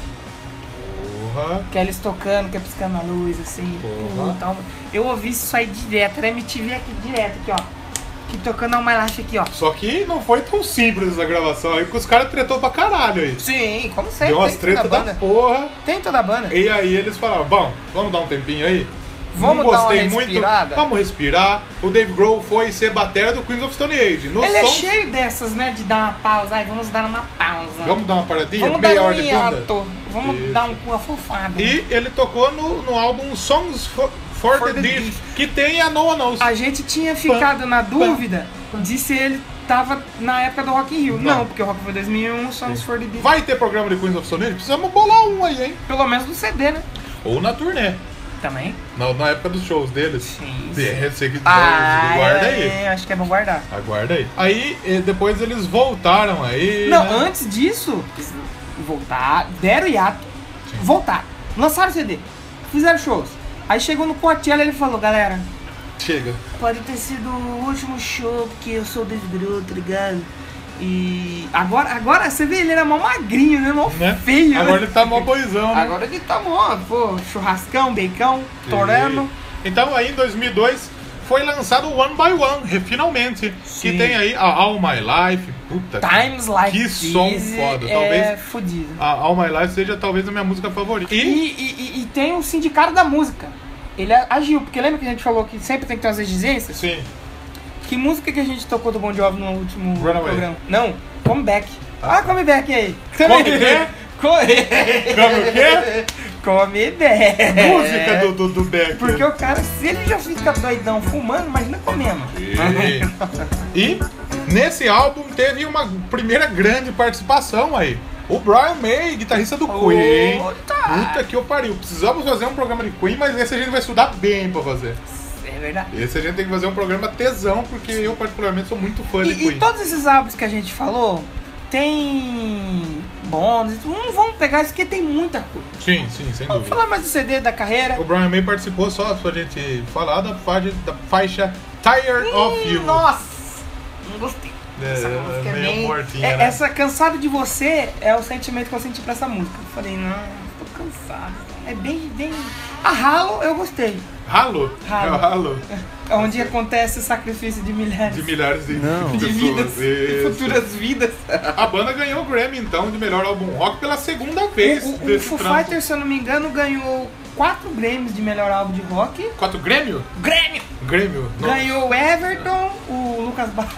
Speaker 2: Porra.
Speaker 1: Que é eles tocando, que é piscando a luz, assim.
Speaker 2: Porra.
Speaker 1: Então, eu ouvi isso aí direto, né? era MTV aqui direto, aqui, ó. Que tocando All My Life aqui, ó.
Speaker 2: Só que não foi tão simples essa gravação aí, porque os caras tretou pra caralho aí.
Speaker 1: Sim, como sempre.
Speaker 2: Deu umas
Speaker 1: tem toda
Speaker 2: tretas
Speaker 1: a
Speaker 2: da
Speaker 1: banda.
Speaker 2: porra.
Speaker 1: Tem toda a banda.
Speaker 2: E aí eles falaram, bom, vamos dar um tempinho aí?
Speaker 1: Vamos
Speaker 2: não
Speaker 1: dar uma
Speaker 2: gostei muito.
Speaker 1: respirada?
Speaker 2: Vamos respirar. O Dave Grohl foi ser batera do Queens of Stone Age. No
Speaker 1: Ele é
Speaker 2: som-
Speaker 1: cheio dessas, né? De dar uma pausa. Ai, vamos dar uma pausa.
Speaker 2: Vamos dar uma paradinha?
Speaker 1: Vamos
Speaker 2: meia
Speaker 1: dar um
Speaker 2: hora de banda.
Speaker 1: hiato. Vamos
Speaker 2: Isso.
Speaker 1: dar um cu afofado.
Speaker 2: E ele tocou no, no álbum Songs for, for
Speaker 1: For
Speaker 2: the,
Speaker 1: the
Speaker 2: Deaf, que tem a Noah Knows.
Speaker 1: A gente tinha ficado na dúvida de se ele tava na época do Rock in Rio.
Speaker 2: Não.
Speaker 1: Não, porque o Rock foi 2001, Songs for the Beat.
Speaker 2: Vai ter programa de Queens of Stone Age? Precisamos bolar um aí, hein?
Speaker 1: Pelo menos no CD, né?
Speaker 2: Ou na turnê.
Speaker 1: Também.
Speaker 2: Na, na época dos shows deles.
Speaker 1: Sim.
Speaker 2: É, você que-
Speaker 1: Ah,
Speaker 2: Então, guarda
Speaker 1: é,
Speaker 2: aí.
Speaker 1: é, acho que é bom guardar.
Speaker 2: Aguarda aí. Aí eh, depois eles voltaram aí.
Speaker 1: Não,
Speaker 2: né?
Speaker 1: antes disso, eles voltar, deram hiato, voltar, lançaram o CD, fizeram shows. Aí chegou no Coachella ele falou, galera,
Speaker 2: Chega.
Speaker 1: pode ter sido o último show, porque eu sou o David Grohl, tá ligado? E agora, agora você vê, ele era mó magrinho, né? Mó
Speaker 2: Né?
Speaker 1: feio,
Speaker 2: Agora
Speaker 1: né?
Speaker 2: ele tá mó boizão. né?
Speaker 1: Agora ele tá mó, pô, churrascão, bacon, torando.
Speaker 2: E- Então aí em 2002 foi lançado o One by One, re- finalmente. Que
Speaker 1: Sim.
Speaker 2: tem aí a All My Life, puta.
Speaker 1: Times like
Speaker 2: Que
Speaker 1: this
Speaker 2: som foda,
Speaker 1: é
Speaker 2: talvez.
Speaker 1: fodido.
Speaker 2: A All My Life seja talvez a minha música favorita.
Speaker 1: E, e- e- e tem o sindicato da música. Ele agiu, porque lembra que a gente falou que sempre tem que ter umas exigências?
Speaker 2: Sim.
Speaker 1: Que música que a gente tocou do Bon Jovi no último
Speaker 2: Runaway.
Speaker 1: programa? Não, Comeback.
Speaker 2: Ah,
Speaker 1: Ah, Comeback aí.
Speaker 2: Come Back?
Speaker 1: Come...
Speaker 2: Come o quê?
Speaker 1: Comeback.
Speaker 2: Música do, do, do Beck.
Speaker 1: É. Porque o cara, se ele já fica doidão fumando, imagina comendo.
Speaker 2: E- E nesse álbum teve uma primeira grande participação aí. O Brian May, guitarrista do Queen.
Speaker 1: Puta.
Speaker 2: Puta que eu pariu. Precisamos fazer um programa de Queen, mas esse a gente vai estudar bem pra fazer.
Speaker 1: É verdade.
Speaker 2: Esse a gente tem que fazer um programa tesão, porque eu particularmente sou muito fã de
Speaker 1: E,
Speaker 2: Queen.
Speaker 1: e todos esses álbuns que a gente falou, tem bônus. Não vamos pegar isso porque tem muita coisa.
Speaker 2: Sim, sim, sem
Speaker 1: Vamos
Speaker 2: dúvida.
Speaker 1: falar mais do CD da carreira.
Speaker 2: O Brian May participou só pra gente falar da faixa, da faixa Tired of You.
Speaker 1: Nossa! Não gostei.
Speaker 2: É,
Speaker 1: Essa música
Speaker 2: é
Speaker 1: é
Speaker 2: meio
Speaker 1: bem-
Speaker 2: mortinha,
Speaker 1: é-
Speaker 2: né?
Speaker 1: Essa cansado de você é o sentimento que eu senti pra essa música. Eu falei, não, tô cansado. É bem, bem. A Halo eu gostei.
Speaker 2: Ralo?
Speaker 1: Ralo.
Speaker 2: É o ralo.
Speaker 1: É onde acontece o sacrifício de milhares
Speaker 2: De
Speaker 1: de,
Speaker 2: milhares de, de
Speaker 1: vidas
Speaker 2: pessoas.
Speaker 1: e
Speaker 2: Isso.
Speaker 1: futuras vidas.
Speaker 2: A banda ganhou o Grammy, então, de melhor álbum rock pela segunda vez.
Speaker 1: O, o, o
Speaker 2: desse
Speaker 1: Foo
Speaker 2: trampo.
Speaker 1: Fighters, se eu não me engano, ganhou quatro Grammys de melhor álbum de rock.
Speaker 2: Quatro Grêmio?
Speaker 1: Grêmio!
Speaker 2: Grêmio. não.
Speaker 1: Ganhou o Everton, o Lucas Bar,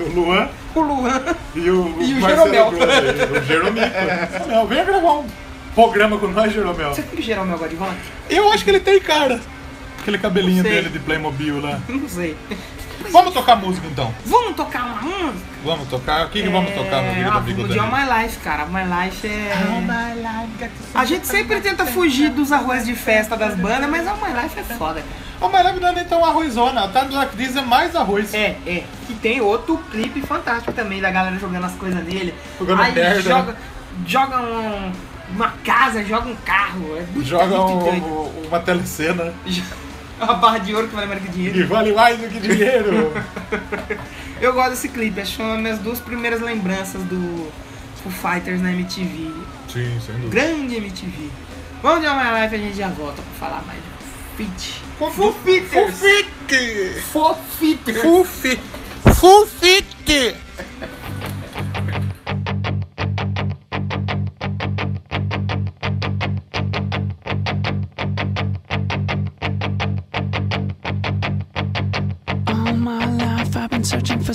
Speaker 3: O Luan
Speaker 1: o Luan.
Speaker 3: e o,
Speaker 1: E o
Speaker 3: Marcelo
Speaker 1: Jeromel. É.
Speaker 3: Grosso aí, O Jeromico. Não, venha gravar um programa com nós, Jeromel.
Speaker 1: Você sabe que o Jeromel gosta de rock?
Speaker 2: Eu acho que ele tem cara.
Speaker 3: Aquele cabelinho
Speaker 1: Não sei.
Speaker 3: dele de Playmobil lá.
Speaker 1: Não sei.
Speaker 2: Vamos tocar música então.
Speaker 1: Vamos tocar uma música?
Speaker 2: Vamos tocar. O que, que vamos tocar, meu
Speaker 1: É,
Speaker 2: querido
Speaker 1: ah,
Speaker 2: amigo
Speaker 1: podia
Speaker 2: Danilo?
Speaker 1: My Life, cara. My Life é... A gente sempre tenta fugir dos arroz de festa das bandas, mas a My Life é foda.
Speaker 2: A Maravilha não é nem tão arrozona. A Time Black Days é mais arroz.
Speaker 1: É, é. Que tem outro clipe fantástico também da galera jogando as coisas nele.
Speaker 2: Jogando
Speaker 1: Aí
Speaker 2: merda, né?
Speaker 1: joga, joga um- uma casa, joga um carro. É muito
Speaker 2: Joga
Speaker 1: muito
Speaker 2: um-
Speaker 1: doido.
Speaker 2: um- uma telecena.
Speaker 1: Uma barra de ouro que vale mais que
Speaker 2: E
Speaker 1: dinheiro.
Speaker 2: vale mais do que dinheiro.
Speaker 1: Eu gosto desse clipe, acho uma das minhas duas primeiras lembranças do Foo Fighters na MTV.
Speaker 2: Sim, sem dúvida.
Speaker 1: Grande MTV. Vamos de uma live e a gente já volta pra falar mais de Fit. Foo
Speaker 2: Fufique!
Speaker 1: Fofitter.
Speaker 2: Fufi! Fufique!
Speaker 4: All my life I've been searching for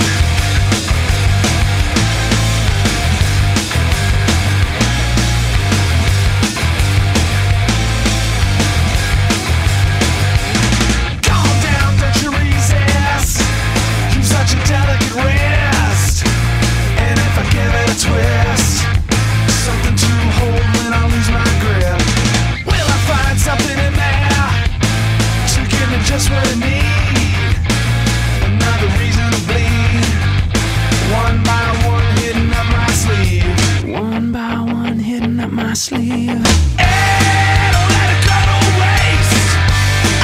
Speaker 4: Calm down, don't you resist. You're such a delicate wrist. And if I give it a twist, something to hold when I lose my grip. Will I find something in there to give me just what I need? Another reason to bleed. One by one, hidden up my sleeve. One by one, hidden up my sleeve. Don't let it go to waste.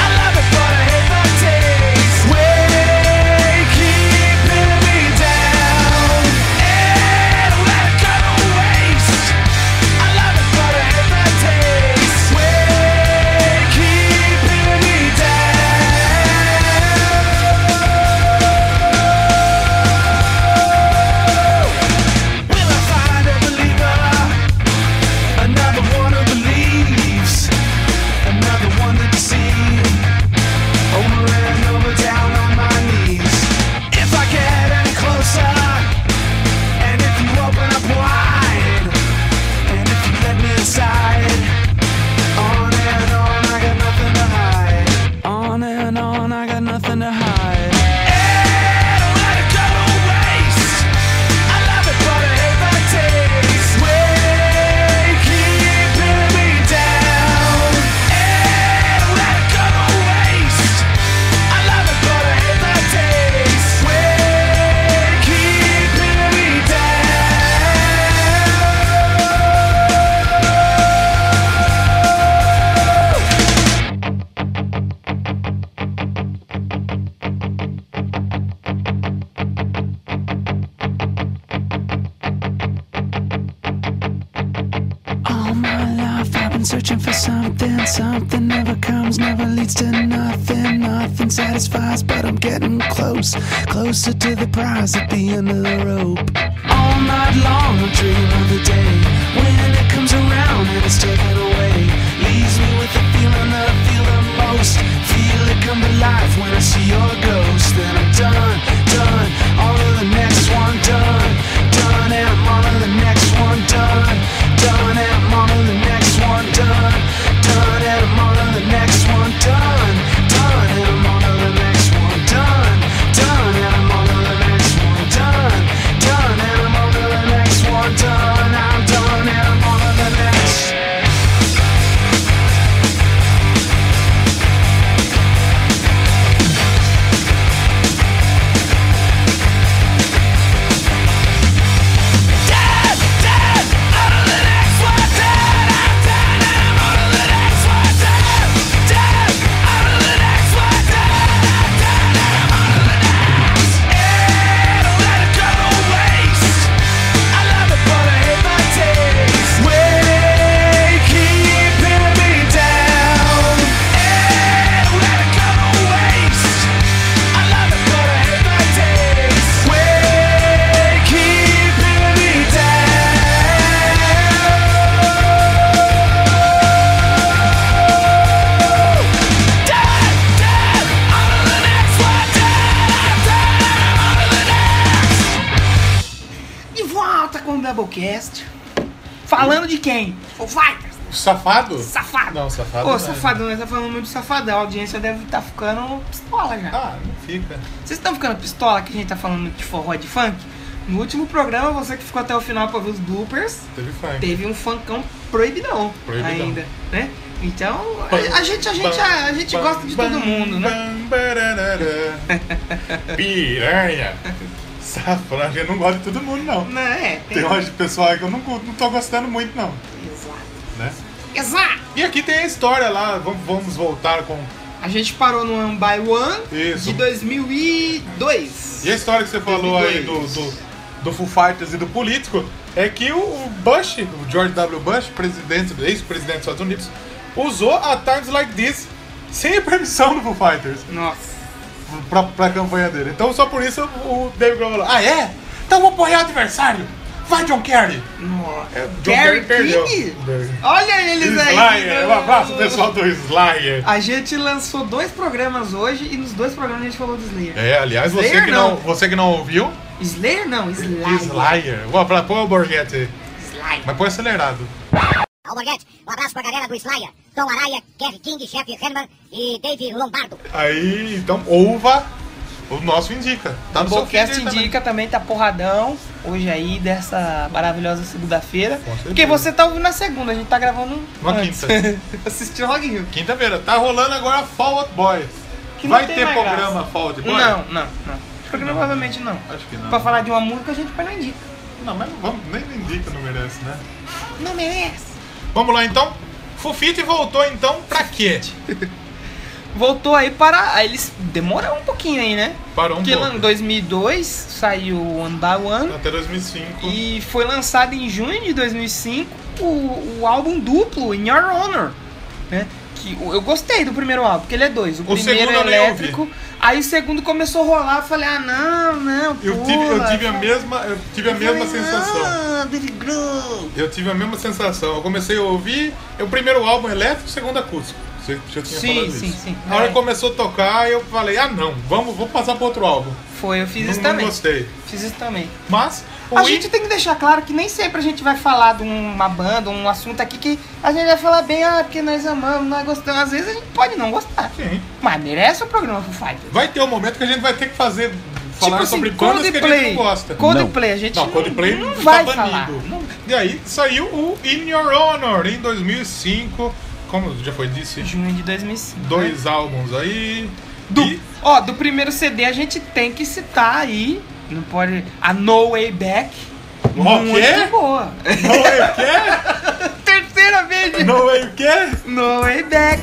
Speaker 4: I love it, but I hate the taste. Way keep pinning me down. Don't let it go to waste. I love it, but I hate the taste. Way keep pinning me down. Will I find a believer? Another one who believes. Another one to deceive. Over and over, down on my knees. If I get any closer, and if you open up wide, and if you let me inside, on and on, I got nothing to hide. On and on, I got nothing to hide. Don't let it go to waste. I love it, but I hate the taste. Way keep pinning me down. Don't let it go to waste. I love it, but I hate the taste. Way keep pinning me down. All my life I've been searching for something. Something never comes, never leads to nothing. Nothing satisfies, but I'm getting close. Closer to the prize at the end of the rope. All night long I dream of the day. When it comes around and it's taken away. Leaves me with the feeling that I feel the most. Feel it come to life when I see your ghost. Then I'm done, done. All of the next one done, done. And I'm on to the next one done, done. And I'm on to the next one done, done. And I'm on to the next one done, done. And I'm on to the next one done, done. And I'm on to the next one done, done. And
Speaker 1: com o Doublecast. Falando de quem? Foo Fighters,
Speaker 2: Safado?
Speaker 1: safado.
Speaker 2: Não, safado
Speaker 1: Ô,
Speaker 2: não. é, né?
Speaker 1: safado, nós tá falando muito de safadão. A audiência deve estar ficando pistola já.
Speaker 2: Ah, não fica.
Speaker 1: Vocês estão ficando pistola que a gente tá falando muito de forró e de funk? No último programa, você que ficou até o final pra ver os bloopers,
Speaker 2: Teve funk.
Speaker 1: teve um funkão proibidão,
Speaker 2: Proibidão.
Speaker 1: ainda, né? Então, a, a gente, a gente, a, a gente gosta de todo mundo, né?
Speaker 2: né? Piranha.
Speaker 3: Safra, a gente não gosta de todo mundo, não.
Speaker 1: Não, é, tem-
Speaker 3: Tem umas pessoal aí que eu não, cu- não tô gostando muito, não.
Speaker 1: Exato.
Speaker 3: Né?
Speaker 1: Exato!
Speaker 2: E aqui tem a história lá, vamos, vamos voltar com.
Speaker 1: A gente parou no One by One
Speaker 2: Isso.
Speaker 1: de 2002.
Speaker 2: E a história que você falou aí do,
Speaker 1: Dois.
Speaker 2: do, do Foo Fighters e do político é que o o Bush, o George W. Bush, presidente, ex-presidente dos Estados Unidos, usou a Times Like This sem a permissão do Foo Fighters
Speaker 1: Nossa.
Speaker 2: pra, pra campanha dele. Então só por isso o David Grohl falou: Ah, é? Então vamos apoiar o adversário! Vai, John Kerry!
Speaker 1: Nossa.
Speaker 2: É, John
Speaker 1: Gary
Speaker 2: Kerry perdeu.
Speaker 1: King?
Speaker 2: Gary.
Speaker 1: Olha eles aí. né?
Speaker 2: Slayer! Um abraço, pessoal do Slayer!
Speaker 1: A gente lançou dois programas hoje e nos dois programas a gente falou do Slayer.
Speaker 2: É, aliás, você
Speaker 1: Slayer
Speaker 2: que não,
Speaker 1: não.
Speaker 2: você que não ouviu,
Speaker 1: Slayer não, Slayer.
Speaker 2: Slayer. Vou pra pôr o Borghetti aí.
Speaker 1: Slayer.
Speaker 2: Mas põe acelerado.
Speaker 5: Alborguete, um abraço pra galera do Slayer, Tom Araya, Kerry King, Chef Herman e Dave Lombardo.
Speaker 2: Aí, então, ouva o nosso indica. Tá
Speaker 1: O
Speaker 2: no seu
Speaker 1: Bocast
Speaker 2: feed aí também.
Speaker 1: Indica também tá porradão hoje aí, dessa maravilhosa segunda-feira.
Speaker 2: certeza.
Speaker 1: Porque você tá ouvindo na segunda, a gente tá gravando
Speaker 2: Na
Speaker 1: antes.
Speaker 2: quinta.
Speaker 1: Assistiu Rock in Rio.
Speaker 2: Quinta-feira, tá rolando agora Fall Out Boy.
Speaker 1: Que não
Speaker 2: Vai
Speaker 1: tem
Speaker 2: ter
Speaker 1: mais
Speaker 2: programa
Speaker 1: graça.
Speaker 2: Fall Out Boy?
Speaker 1: Não, não, não. Provavelmente não.
Speaker 2: Acho que não.
Speaker 1: Pra falar de uma música, a gente põe na indica.
Speaker 2: Não, mas não vamos, nem indica, não merece, né?
Speaker 1: Não merece.
Speaker 2: Vamos lá, então. Fufite voltou, então, pra quê?
Speaker 1: Voltou aí para. Aí eles demoraram um pouquinho aí, né?
Speaker 2: Parou um
Speaker 1: Porque lá
Speaker 2: pouco.
Speaker 1: em 2002 saiu o One by One.
Speaker 2: Até 2005.
Speaker 1: E foi lançado em junho de 2005 o, o álbum duplo, In Your Honor. Né? Que o- eu gostei do primeiro álbum, porque ele é dois. O, primeiro
Speaker 2: segundo
Speaker 1: é
Speaker 2: eu nem ouvi.
Speaker 1: elétrico. Aí o segundo começou a rolar, eu falei, ah não, não, pula.
Speaker 2: Eu tive, eu tive a mesma, eu tive a mesma
Speaker 1: Falei,
Speaker 2: sensação.
Speaker 1: Ah, David Grohl.
Speaker 2: Eu tive a mesma sensação. Eu comecei a ouvir é o primeiro álbum elétrico, o segundo acústico. Você já tinha
Speaker 1: Sim,
Speaker 2: falado
Speaker 1: sim,
Speaker 2: isso.
Speaker 1: sim.
Speaker 2: Na hora
Speaker 1: É.
Speaker 2: que começou a tocar, eu falei, ah não, vamos, vou passar para outro álbum.
Speaker 1: Foi, eu fiz
Speaker 2: Não,
Speaker 1: isso
Speaker 2: não
Speaker 1: também.
Speaker 2: gostei.
Speaker 1: Fiz isso também.
Speaker 2: Mas o
Speaker 1: A
Speaker 2: In-
Speaker 1: gente tem que deixar claro que nem sempre a gente vai falar de uma banda, um assunto aqui que a gente vai falar bem, ah, porque nós amamos, nós gostamos. Às vezes a gente pode não gostar.
Speaker 2: Sim.
Speaker 1: Mas merece é o programa Foo Fighters.
Speaker 2: vai ter um momento que a gente vai ter que fazer falar sobre bandas assim, que a gente não gosta.
Speaker 1: Tipo assim, Coldplay, a gente
Speaker 2: Não,
Speaker 1: não,
Speaker 2: Coldplay
Speaker 1: não
Speaker 2: tá
Speaker 1: vai
Speaker 2: banido.
Speaker 1: falar.
Speaker 2: Não- E aí saiu o In Your Honor em 2005, como já foi disse,
Speaker 1: Junho de 2005.
Speaker 2: dois álbuns aí.
Speaker 1: né? Do,
Speaker 2: E-
Speaker 1: Ó, do primeiro CD a gente tem que citar aí, não pode... A No Way Back.
Speaker 2: Ó,
Speaker 1: muito
Speaker 2: quê?
Speaker 1: boa.
Speaker 2: Não é o quê?
Speaker 1: Terceira vez de
Speaker 2: Não é o quê?
Speaker 1: No Way Back.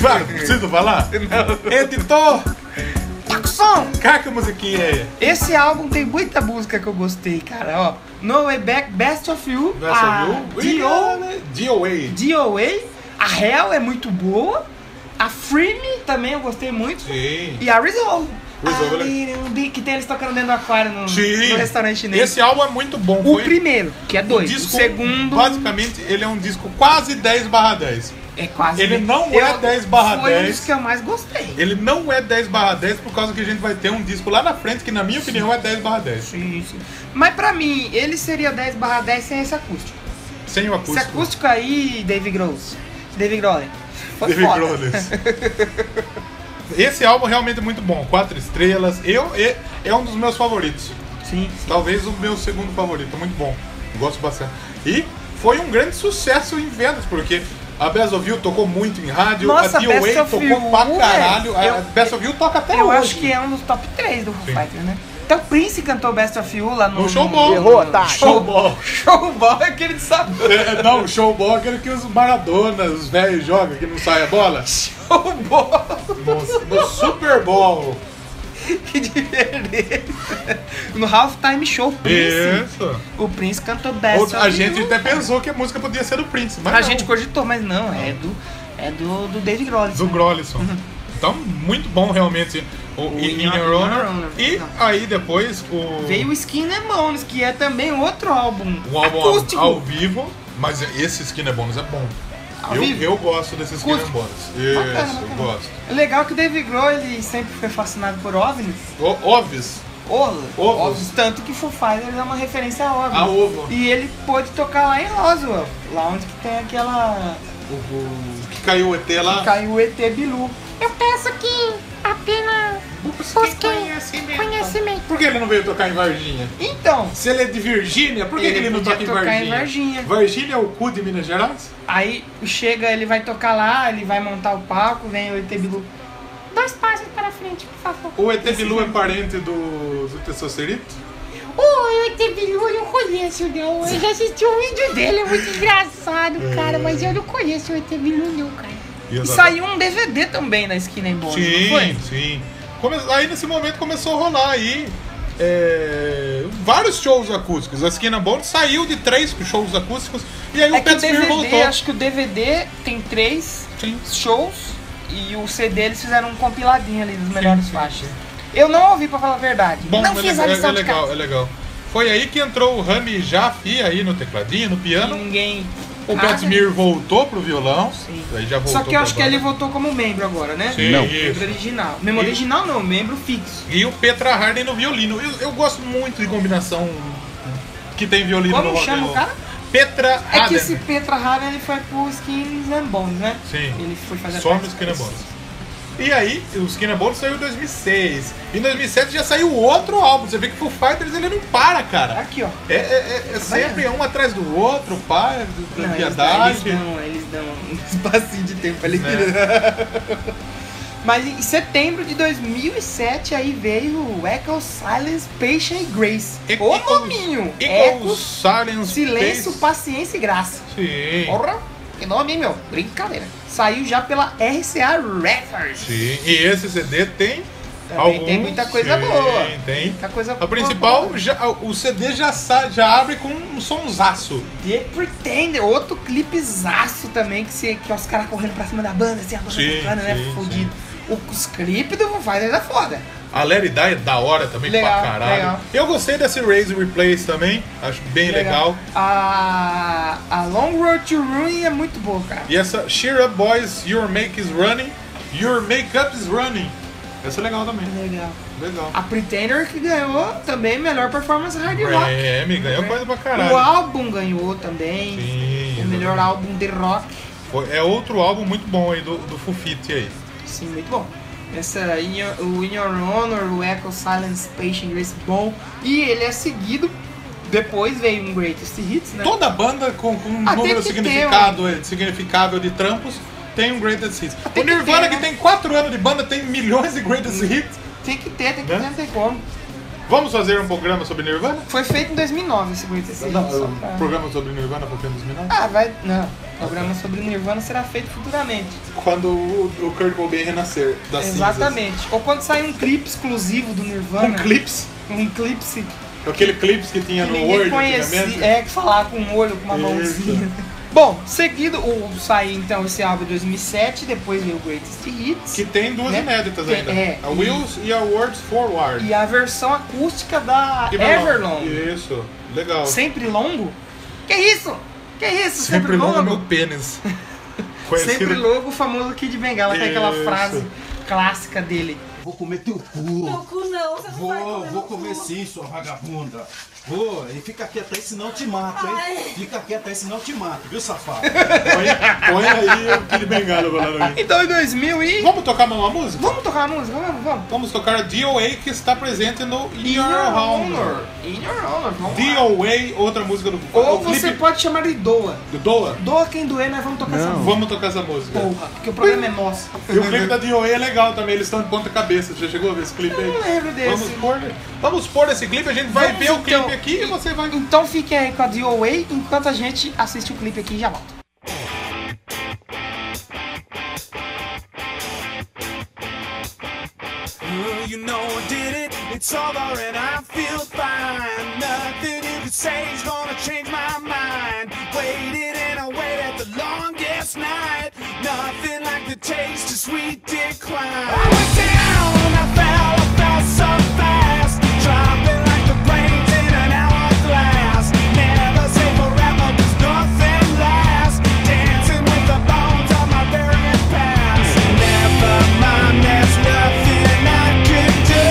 Speaker 2: Vai, preciso falar? Não. Editor,
Speaker 1: Tá Som!
Speaker 2: caca a musiquinha aí.
Speaker 1: Esse álbum tem muita música que eu gostei, cara, ó. No Way Back, Best of You. a D.O.
Speaker 2: DOA.
Speaker 1: DOA. A Hell é muito boa. A Free Me também eu gostei muito.
Speaker 2: Sim.
Speaker 1: E a Resolve.
Speaker 2: Resolve,
Speaker 1: A
Speaker 2: né?
Speaker 1: little bit, que tem eles tocando dentro do aquário no,
Speaker 2: Sim.
Speaker 1: no restaurante chinês.
Speaker 2: Esse álbum é muito bom.
Speaker 1: o
Speaker 2: foi
Speaker 1: primeiro, que é
Speaker 2: um
Speaker 1: dois.
Speaker 2: disco,
Speaker 1: o segundo
Speaker 2: Basicamente, ele é um disco quase 10 barra 10.
Speaker 1: é quase.
Speaker 2: ele não é 10 barra
Speaker 1: Foi um
Speaker 2: 10.
Speaker 1: dos que eu mais gostei.
Speaker 2: Ele não é 10 barra 10 por causa que a gente vai ter um disco lá na frente que, na minha opinião, é 10 barra 10.
Speaker 1: Sim, sim. Mas pra mim, ele seria 10 barra 10 sem esse acústico.
Speaker 2: Sem o acústico.
Speaker 1: Esse acústico aí, Dave Gross. Dave Grohl. Foi
Speaker 2: David
Speaker 1: foda.
Speaker 2: Grohlers. Esse álbum realmente é muito bom. Quatro estrelas. Eu, é, é um dos meus favoritos.
Speaker 1: Sim, sim.
Speaker 2: Talvez o meu segundo favorito, muito bom. Gosto bastante. E foi um grande sucesso em vendas, porque a Best of You tocou muito em rádio,
Speaker 1: Nossa,
Speaker 2: a DOA
Speaker 1: Best of
Speaker 2: tocou
Speaker 1: You,
Speaker 2: pra
Speaker 1: velho.
Speaker 2: caralho. a
Speaker 1: Eu-
Speaker 2: Best of You toca até
Speaker 1: Eu
Speaker 2: hoje.
Speaker 1: acho que é um dos top 3 do Foo Fighters, né? Até o Prince cantou Best of You lá no.
Speaker 2: No Showball.
Speaker 1: Errou, tá?
Speaker 2: Showball.
Speaker 1: Showball é aquele de sabor.
Speaker 2: É, não, o showball é aquele que os Maradona, os velhos jogam, que não sai a bola.
Speaker 1: Showball.
Speaker 2: No, no Super Bowl.
Speaker 1: Que diferente. No Halftime Show, Prince.
Speaker 2: Isso.
Speaker 1: O Prince cantou Best
Speaker 2: Outra-
Speaker 1: of
Speaker 2: a gente
Speaker 1: You.
Speaker 2: até pensou que a música podia ser do Prince, mas
Speaker 1: A
Speaker 2: não,
Speaker 1: gente cogitou, mas não, é do. É do, do David Grohl.
Speaker 2: do Grolison.
Speaker 1: Uhum.
Speaker 2: Então, muito bom realmente o, In, Your Honor. E aí depois o
Speaker 1: né? Veio o Skin Bones, que é também outro álbum.
Speaker 2: um álbum ao-
Speaker 1: acústico.
Speaker 2: ao vivo, mas esse Skinner Bones é bom.
Speaker 1: Ao
Speaker 2: Eu,
Speaker 1: vivo?
Speaker 2: eu gosto desse Skinner
Speaker 1: Acústico.
Speaker 2: Bones. Isso,
Speaker 1: Bacana,
Speaker 2: eu
Speaker 1: bacana.
Speaker 2: gosto.
Speaker 1: Legal que o David Grohl ele sempre foi fascinado por OVNIs.
Speaker 2: O, Ovis,
Speaker 1: Ovo.
Speaker 2: Ovo.
Speaker 1: Ovos. Tanto que Foo Fighters é uma referência a ovos.
Speaker 2: A ovo.
Speaker 1: E ele pôde tocar lá em Roswell, lá onde que tem aquela...
Speaker 2: O, o que caiu o ET lá.
Speaker 1: que Caiu o ET Bilu.
Speaker 6: Eu peço que apenas busquem conhecimento.
Speaker 2: Por que ele não veio tocar em Varginha?
Speaker 1: Então,
Speaker 2: Se ele é de Virgínia, por que
Speaker 1: Ele
Speaker 2: ele, não
Speaker 1: podia
Speaker 2: toca em
Speaker 1: tocar
Speaker 2: Varginha?
Speaker 1: em Varginha.
Speaker 2: Varginha é o cu de Minas Gerais?
Speaker 1: aí chega, ele vai tocar lá, ele vai montar o palco, vem o ET Bilu.
Speaker 6: Dois passos para frente, por favor.
Speaker 2: O ET Bilu é parente do, do Tessocerito?
Speaker 6: Oh, eu te Bilu, eu não conheço não. Eu já assisti um vídeo dele, é muito engraçado, cara. Mas eu não conheço o ET Bilu não, cara.
Speaker 1: E saiu um DVD também na Skinny Boy, não foi?
Speaker 2: Sim, sim. Come- Aí nesse momento começou a rolar aí é, vários shows acústicos. A Skinna Bone saiu de três shows acústicos e aí
Speaker 1: É que
Speaker 2: o
Speaker 1: o
Speaker 2: Pet Spear
Speaker 1: DVD,
Speaker 2: voltou.
Speaker 1: acho que o DVD tem três
Speaker 2: Sim.
Speaker 1: shows e o CD eles fizeram um compiladinho ali dos melhores faixas. Eu não ouvi pra falar a verdade.
Speaker 2: Bom,
Speaker 1: não
Speaker 2: é,
Speaker 1: fiz
Speaker 2: legal,
Speaker 1: a
Speaker 2: é-
Speaker 1: lição
Speaker 2: é
Speaker 1: de
Speaker 2: legal,
Speaker 1: casa.
Speaker 2: é legal. Foi aí que entrou o Rami Jafi aí no tecladinho, no
Speaker 1: E
Speaker 2: piano.
Speaker 1: Ninguém. Ah,
Speaker 2: O
Speaker 1: nada.
Speaker 2: Pat Smear voltou pro violão.
Speaker 1: Sim.
Speaker 2: Aí já voltou
Speaker 1: Só que eu
Speaker 2: pra
Speaker 1: acho que ele
Speaker 2: banda.
Speaker 1: voltou como membro agora, né?
Speaker 2: Sim,
Speaker 7: Não.
Speaker 1: Membro
Speaker 2: isso.
Speaker 1: original. Membro
Speaker 2: E-
Speaker 1: original não, membro fixo.
Speaker 2: E o Petra Harden no violino. Eu, eu gosto muito de combinação que tem violino
Speaker 1: Como
Speaker 2: no rock
Speaker 1: chama
Speaker 2: and
Speaker 1: o
Speaker 2: roll.
Speaker 1: cara?
Speaker 2: Petra
Speaker 1: É que
Speaker 2: Harden.
Speaker 1: esse Petra Raven ele foi pro Skins and Bones, né?
Speaker 2: Sim.
Speaker 1: Ele foi fazer a
Speaker 2: Só no
Speaker 1: parte-
Speaker 2: Skinner Bones. E aí, o Skinner Bones saiu em 2006. Em 2007 já saiu outro álbum. Você vê que o Foo Fighters ele não para, cara.
Speaker 1: Aqui, ó.
Speaker 2: É, é- é- é sempre um atrás do outro, para,
Speaker 1: Não, eles, tá dão, eles
Speaker 2: piedade.
Speaker 1: dão, eles dão um espacinho de tempo ali.
Speaker 2: Né?
Speaker 1: Mas em setembro de 2007 aí veio o Echo, Silence, Patience e Grace.
Speaker 2: E-
Speaker 1: Ô
Speaker 2: e-
Speaker 1: nominho!
Speaker 2: Equals,
Speaker 1: Echo,
Speaker 2: Silence,
Speaker 1: Silêncio,
Speaker 2: Space.
Speaker 1: Paciência e Graça.
Speaker 2: Sim,
Speaker 1: Porra, que nome, hein, meu? Brincadeira. Saiu já pela RCA Records.
Speaker 2: sim. E esse CD tem.
Speaker 1: Também tem muita coisa
Speaker 2: sim,
Speaker 1: boa.
Speaker 2: Tem.
Speaker 1: Muita coisa
Speaker 2: A principal, já- o CD já, sa- já abre com um sonsaço.
Speaker 1: The Pretender, outro clipezaço também, que, se, que é os caras correndo pra cima da banda, assim, a banda
Speaker 2: Sim,
Speaker 1: tocando, né?
Speaker 2: sim,
Speaker 1: Fudido. O, os clipes do Foo Fighters é foda.
Speaker 2: A Let It Die é da hora também
Speaker 1: Legal,
Speaker 2: pra caralho.
Speaker 1: legal.
Speaker 2: Eu gostei desse Raise Replace também, acho bem legal.
Speaker 1: A, a Long Road to Ruin é muito boa, cara.
Speaker 2: E essa Cheer Up Boys, Your Make Is Running, Your Makeup Is Running. Essa é legal também.
Speaker 1: Legal.
Speaker 2: Legal.
Speaker 1: A Pretender que ganhou também melhor performance hard rock.
Speaker 2: É, me ganhou coisa pra caralho.
Speaker 1: O álbum ganhou também.
Speaker 2: Sim,
Speaker 1: o melhor
Speaker 2: exatamente.
Speaker 1: álbum de rock.
Speaker 2: Foi- É outro álbum muito bom aí do, do Fufite aí.
Speaker 1: Sim, muito bom. Essa, In Your- o In Your Honor, o Echo Silence Patient Grace bom. E ele é seguido. Depois veio um Greatest Hits, né?
Speaker 2: Toda banda com, com um
Speaker 1: Ah, tem
Speaker 2: número
Speaker 1: que ter
Speaker 2: significado, significável de trampos tem um Greatest Hits.
Speaker 1: tem
Speaker 2: o
Speaker 1: que
Speaker 2: Nirvana,
Speaker 1: ter, né? Uhum.
Speaker 2: que tem 4 anos de banda, tem milhões de Greatest Hits.
Speaker 1: Tem que ter, tem que ter,
Speaker 2: Né?
Speaker 1: não tem como.
Speaker 2: Vamos fazer um programa sobre Nirvana?
Speaker 1: Foi feito em 2009 esse Greatest Hits. só pra-
Speaker 2: um programa sobre Nirvana foi feito em 2009?
Speaker 1: Ah, vai. Não. O programa sobre Nirvana será feito futuramente.
Speaker 2: Quando o, o Kurt Cobain renascer das
Speaker 1: Exatamente. Ou quando sair um clipe exclusivo do Nirvana.
Speaker 2: cinzas. Um clips.
Speaker 1: Um clipe
Speaker 2: Aquele clips que tinha
Speaker 1: que
Speaker 2: no
Speaker 1: ninguém
Speaker 2: Word
Speaker 1: conhecia.
Speaker 2: antigamente.
Speaker 1: É, que falava com um olho, com uma
Speaker 2: Isso.
Speaker 1: mãozinha. Bom, seguido, ou saiu então esse álbum de 2007, depois veio o Greatest Hits.
Speaker 2: Que tem duas
Speaker 1: Né?
Speaker 2: inéditas
Speaker 1: Tem-
Speaker 2: ainda.
Speaker 1: é.
Speaker 2: a Wills e a Words Forward.
Speaker 1: E a versão acústica da
Speaker 2: Que legal.
Speaker 1: Everlong.
Speaker 2: Isso, legal.
Speaker 1: Sempre longo? Que isso? Que isso? Sempre,
Speaker 2: longo
Speaker 1: longo?
Speaker 2: pênis.
Speaker 1: Sempre
Speaker 2: Conhecido.
Speaker 1: longo, o famoso Kid Bengala, que é aquela
Speaker 2: Isso.
Speaker 1: frase clássica dele.
Speaker 4: Vou comer teu cu. Vou, vou comer sim, sua vagabunda. Vou, e fica quieta aí, senão eu te mato, hein? Fica quieta aí, senão eu te mato, viu, safado?
Speaker 2: Põe, põe aí o Kid Bengala falando aí.
Speaker 1: Então em 2000 e...
Speaker 2: Vamos tocar uma música?
Speaker 1: Vamos tocar a música? Vamos, vamos.
Speaker 2: Vamos tocar a DOA que está presente no In Your Honor.
Speaker 1: In Your Honor, vamos lá.
Speaker 2: DOA, outra música do
Speaker 1: Ou
Speaker 2: o
Speaker 1: você
Speaker 2: clipe
Speaker 1: pode chamar de Doa.
Speaker 2: do Doa.
Speaker 1: Doa quem doer, nós vamos tocar essa música.
Speaker 2: Vamos tocar essa música.
Speaker 1: Porra, porque o problema é nosso.
Speaker 2: E o clipe da DOA é legal também, eles estão de ponta cabeça. Você já chegou a ver esse clipe aí?
Speaker 1: Eu não lembro É desse.
Speaker 2: Vamos pôr, vamos pôr esse clipe, a gente vai
Speaker 1: Vamos
Speaker 2: ver o
Speaker 1: então.
Speaker 2: clipe aqui e você vai.
Speaker 1: Então fique aí com a DOA enquanto a gente assiste o clipe aqui e já volta.
Speaker 8: Well, you know I did it. It's over and I feel fine. Nothing you could say is gonna change my mind. Waited and I waited the longest night. Nothing like the taste of sweet decline. I went down, I fell, I fell so fast. Dropping like the brains in an hourglass. Never say forever, 'cause nothing lasts. Dancing with the bones of my buried past. Never mind, there's nothing I can do.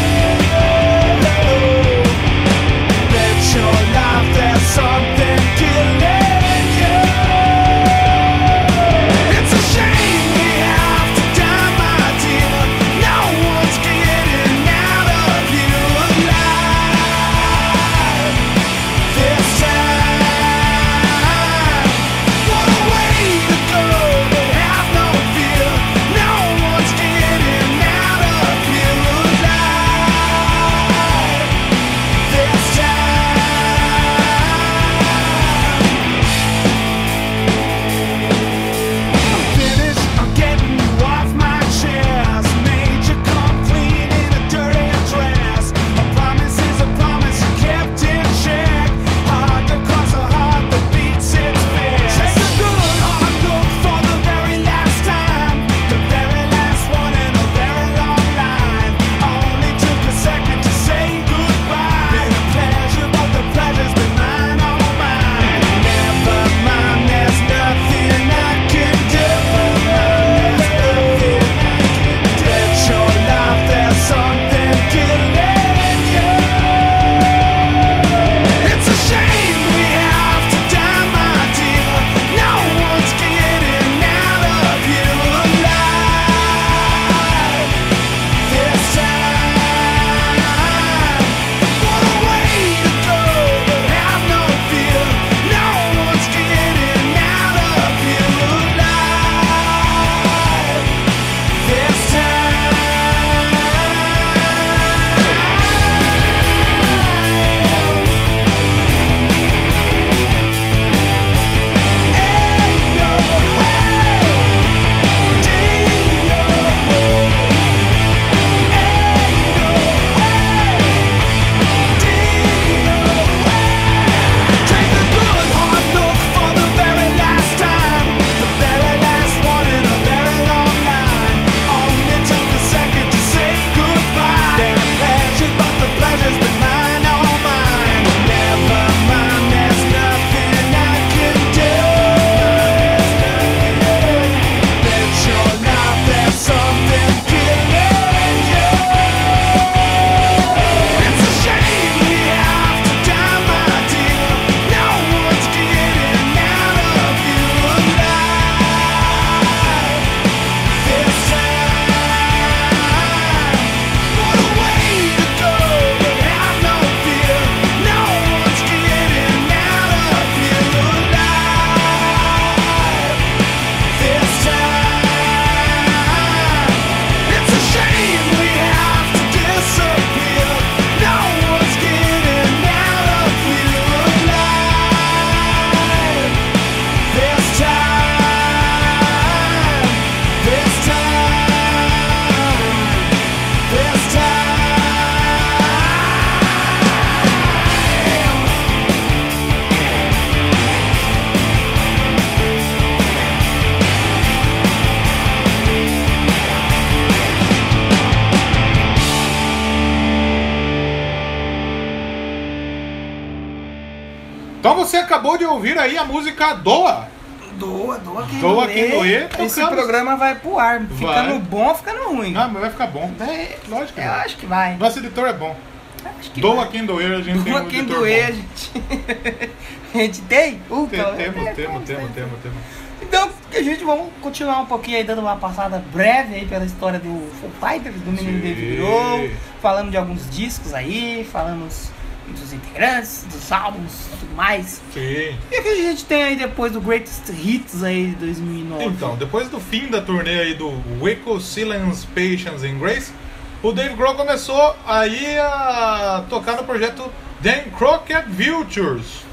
Speaker 2: Então você acabou de ouvir aí a música Doa.
Speaker 1: Doa, doa quem
Speaker 2: Doa
Speaker 1: doer.
Speaker 2: quem doer,
Speaker 1: Esse
Speaker 2: tocamos.
Speaker 1: programa vai pro ar.
Speaker 2: Vai.
Speaker 1: Ficando bom, ficando ruim.
Speaker 2: Não, Ah, mas vai ficar bom.
Speaker 1: É,
Speaker 2: Lógico que
Speaker 1: eu
Speaker 2: vai.
Speaker 1: acho que vai.
Speaker 2: Nosso editor é bom.
Speaker 1: Acho que
Speaker 2: Doa
Speaker 1: vai.
Speaker 2: quem doer, a gente tem
Speaker 1: Doa
Speaker 2: um
Speaker 1: quem
Speaker 2: editor
Speaker 1: doer, a
Speaker 2: bom.
Speaker 1: gente. a gente tem? Uh,
Speaker 2: Tem-
Speaker 1: cara,
Speaker 2: Temos,
Speaker 1: é,
Speaker 2: temos,
Speaker 1: é,
Speaker 2: temos, temos, temos.
Speaker 1: Então, a gente vamos continuar um pouquinho aí, dando uma passada breve aí pela história do Foo Fighters, do menino
Speaker 2: Sim.
Speaker 1: David Grohl. Falamos de alguns discos aí, falamos dos integrantes, dos álbuns e tudo mais.
Speaker 2: Sim.
Speaker 1: E o que a gente tem aí depois do Greatest Hits aí de 2009?
Speaker 2: Então, depois do fim da turnê aí do Waco, Silence, Patience and Grace, o Dave Grohl começou aí a tocar no projeto Dan Crockett Vultures.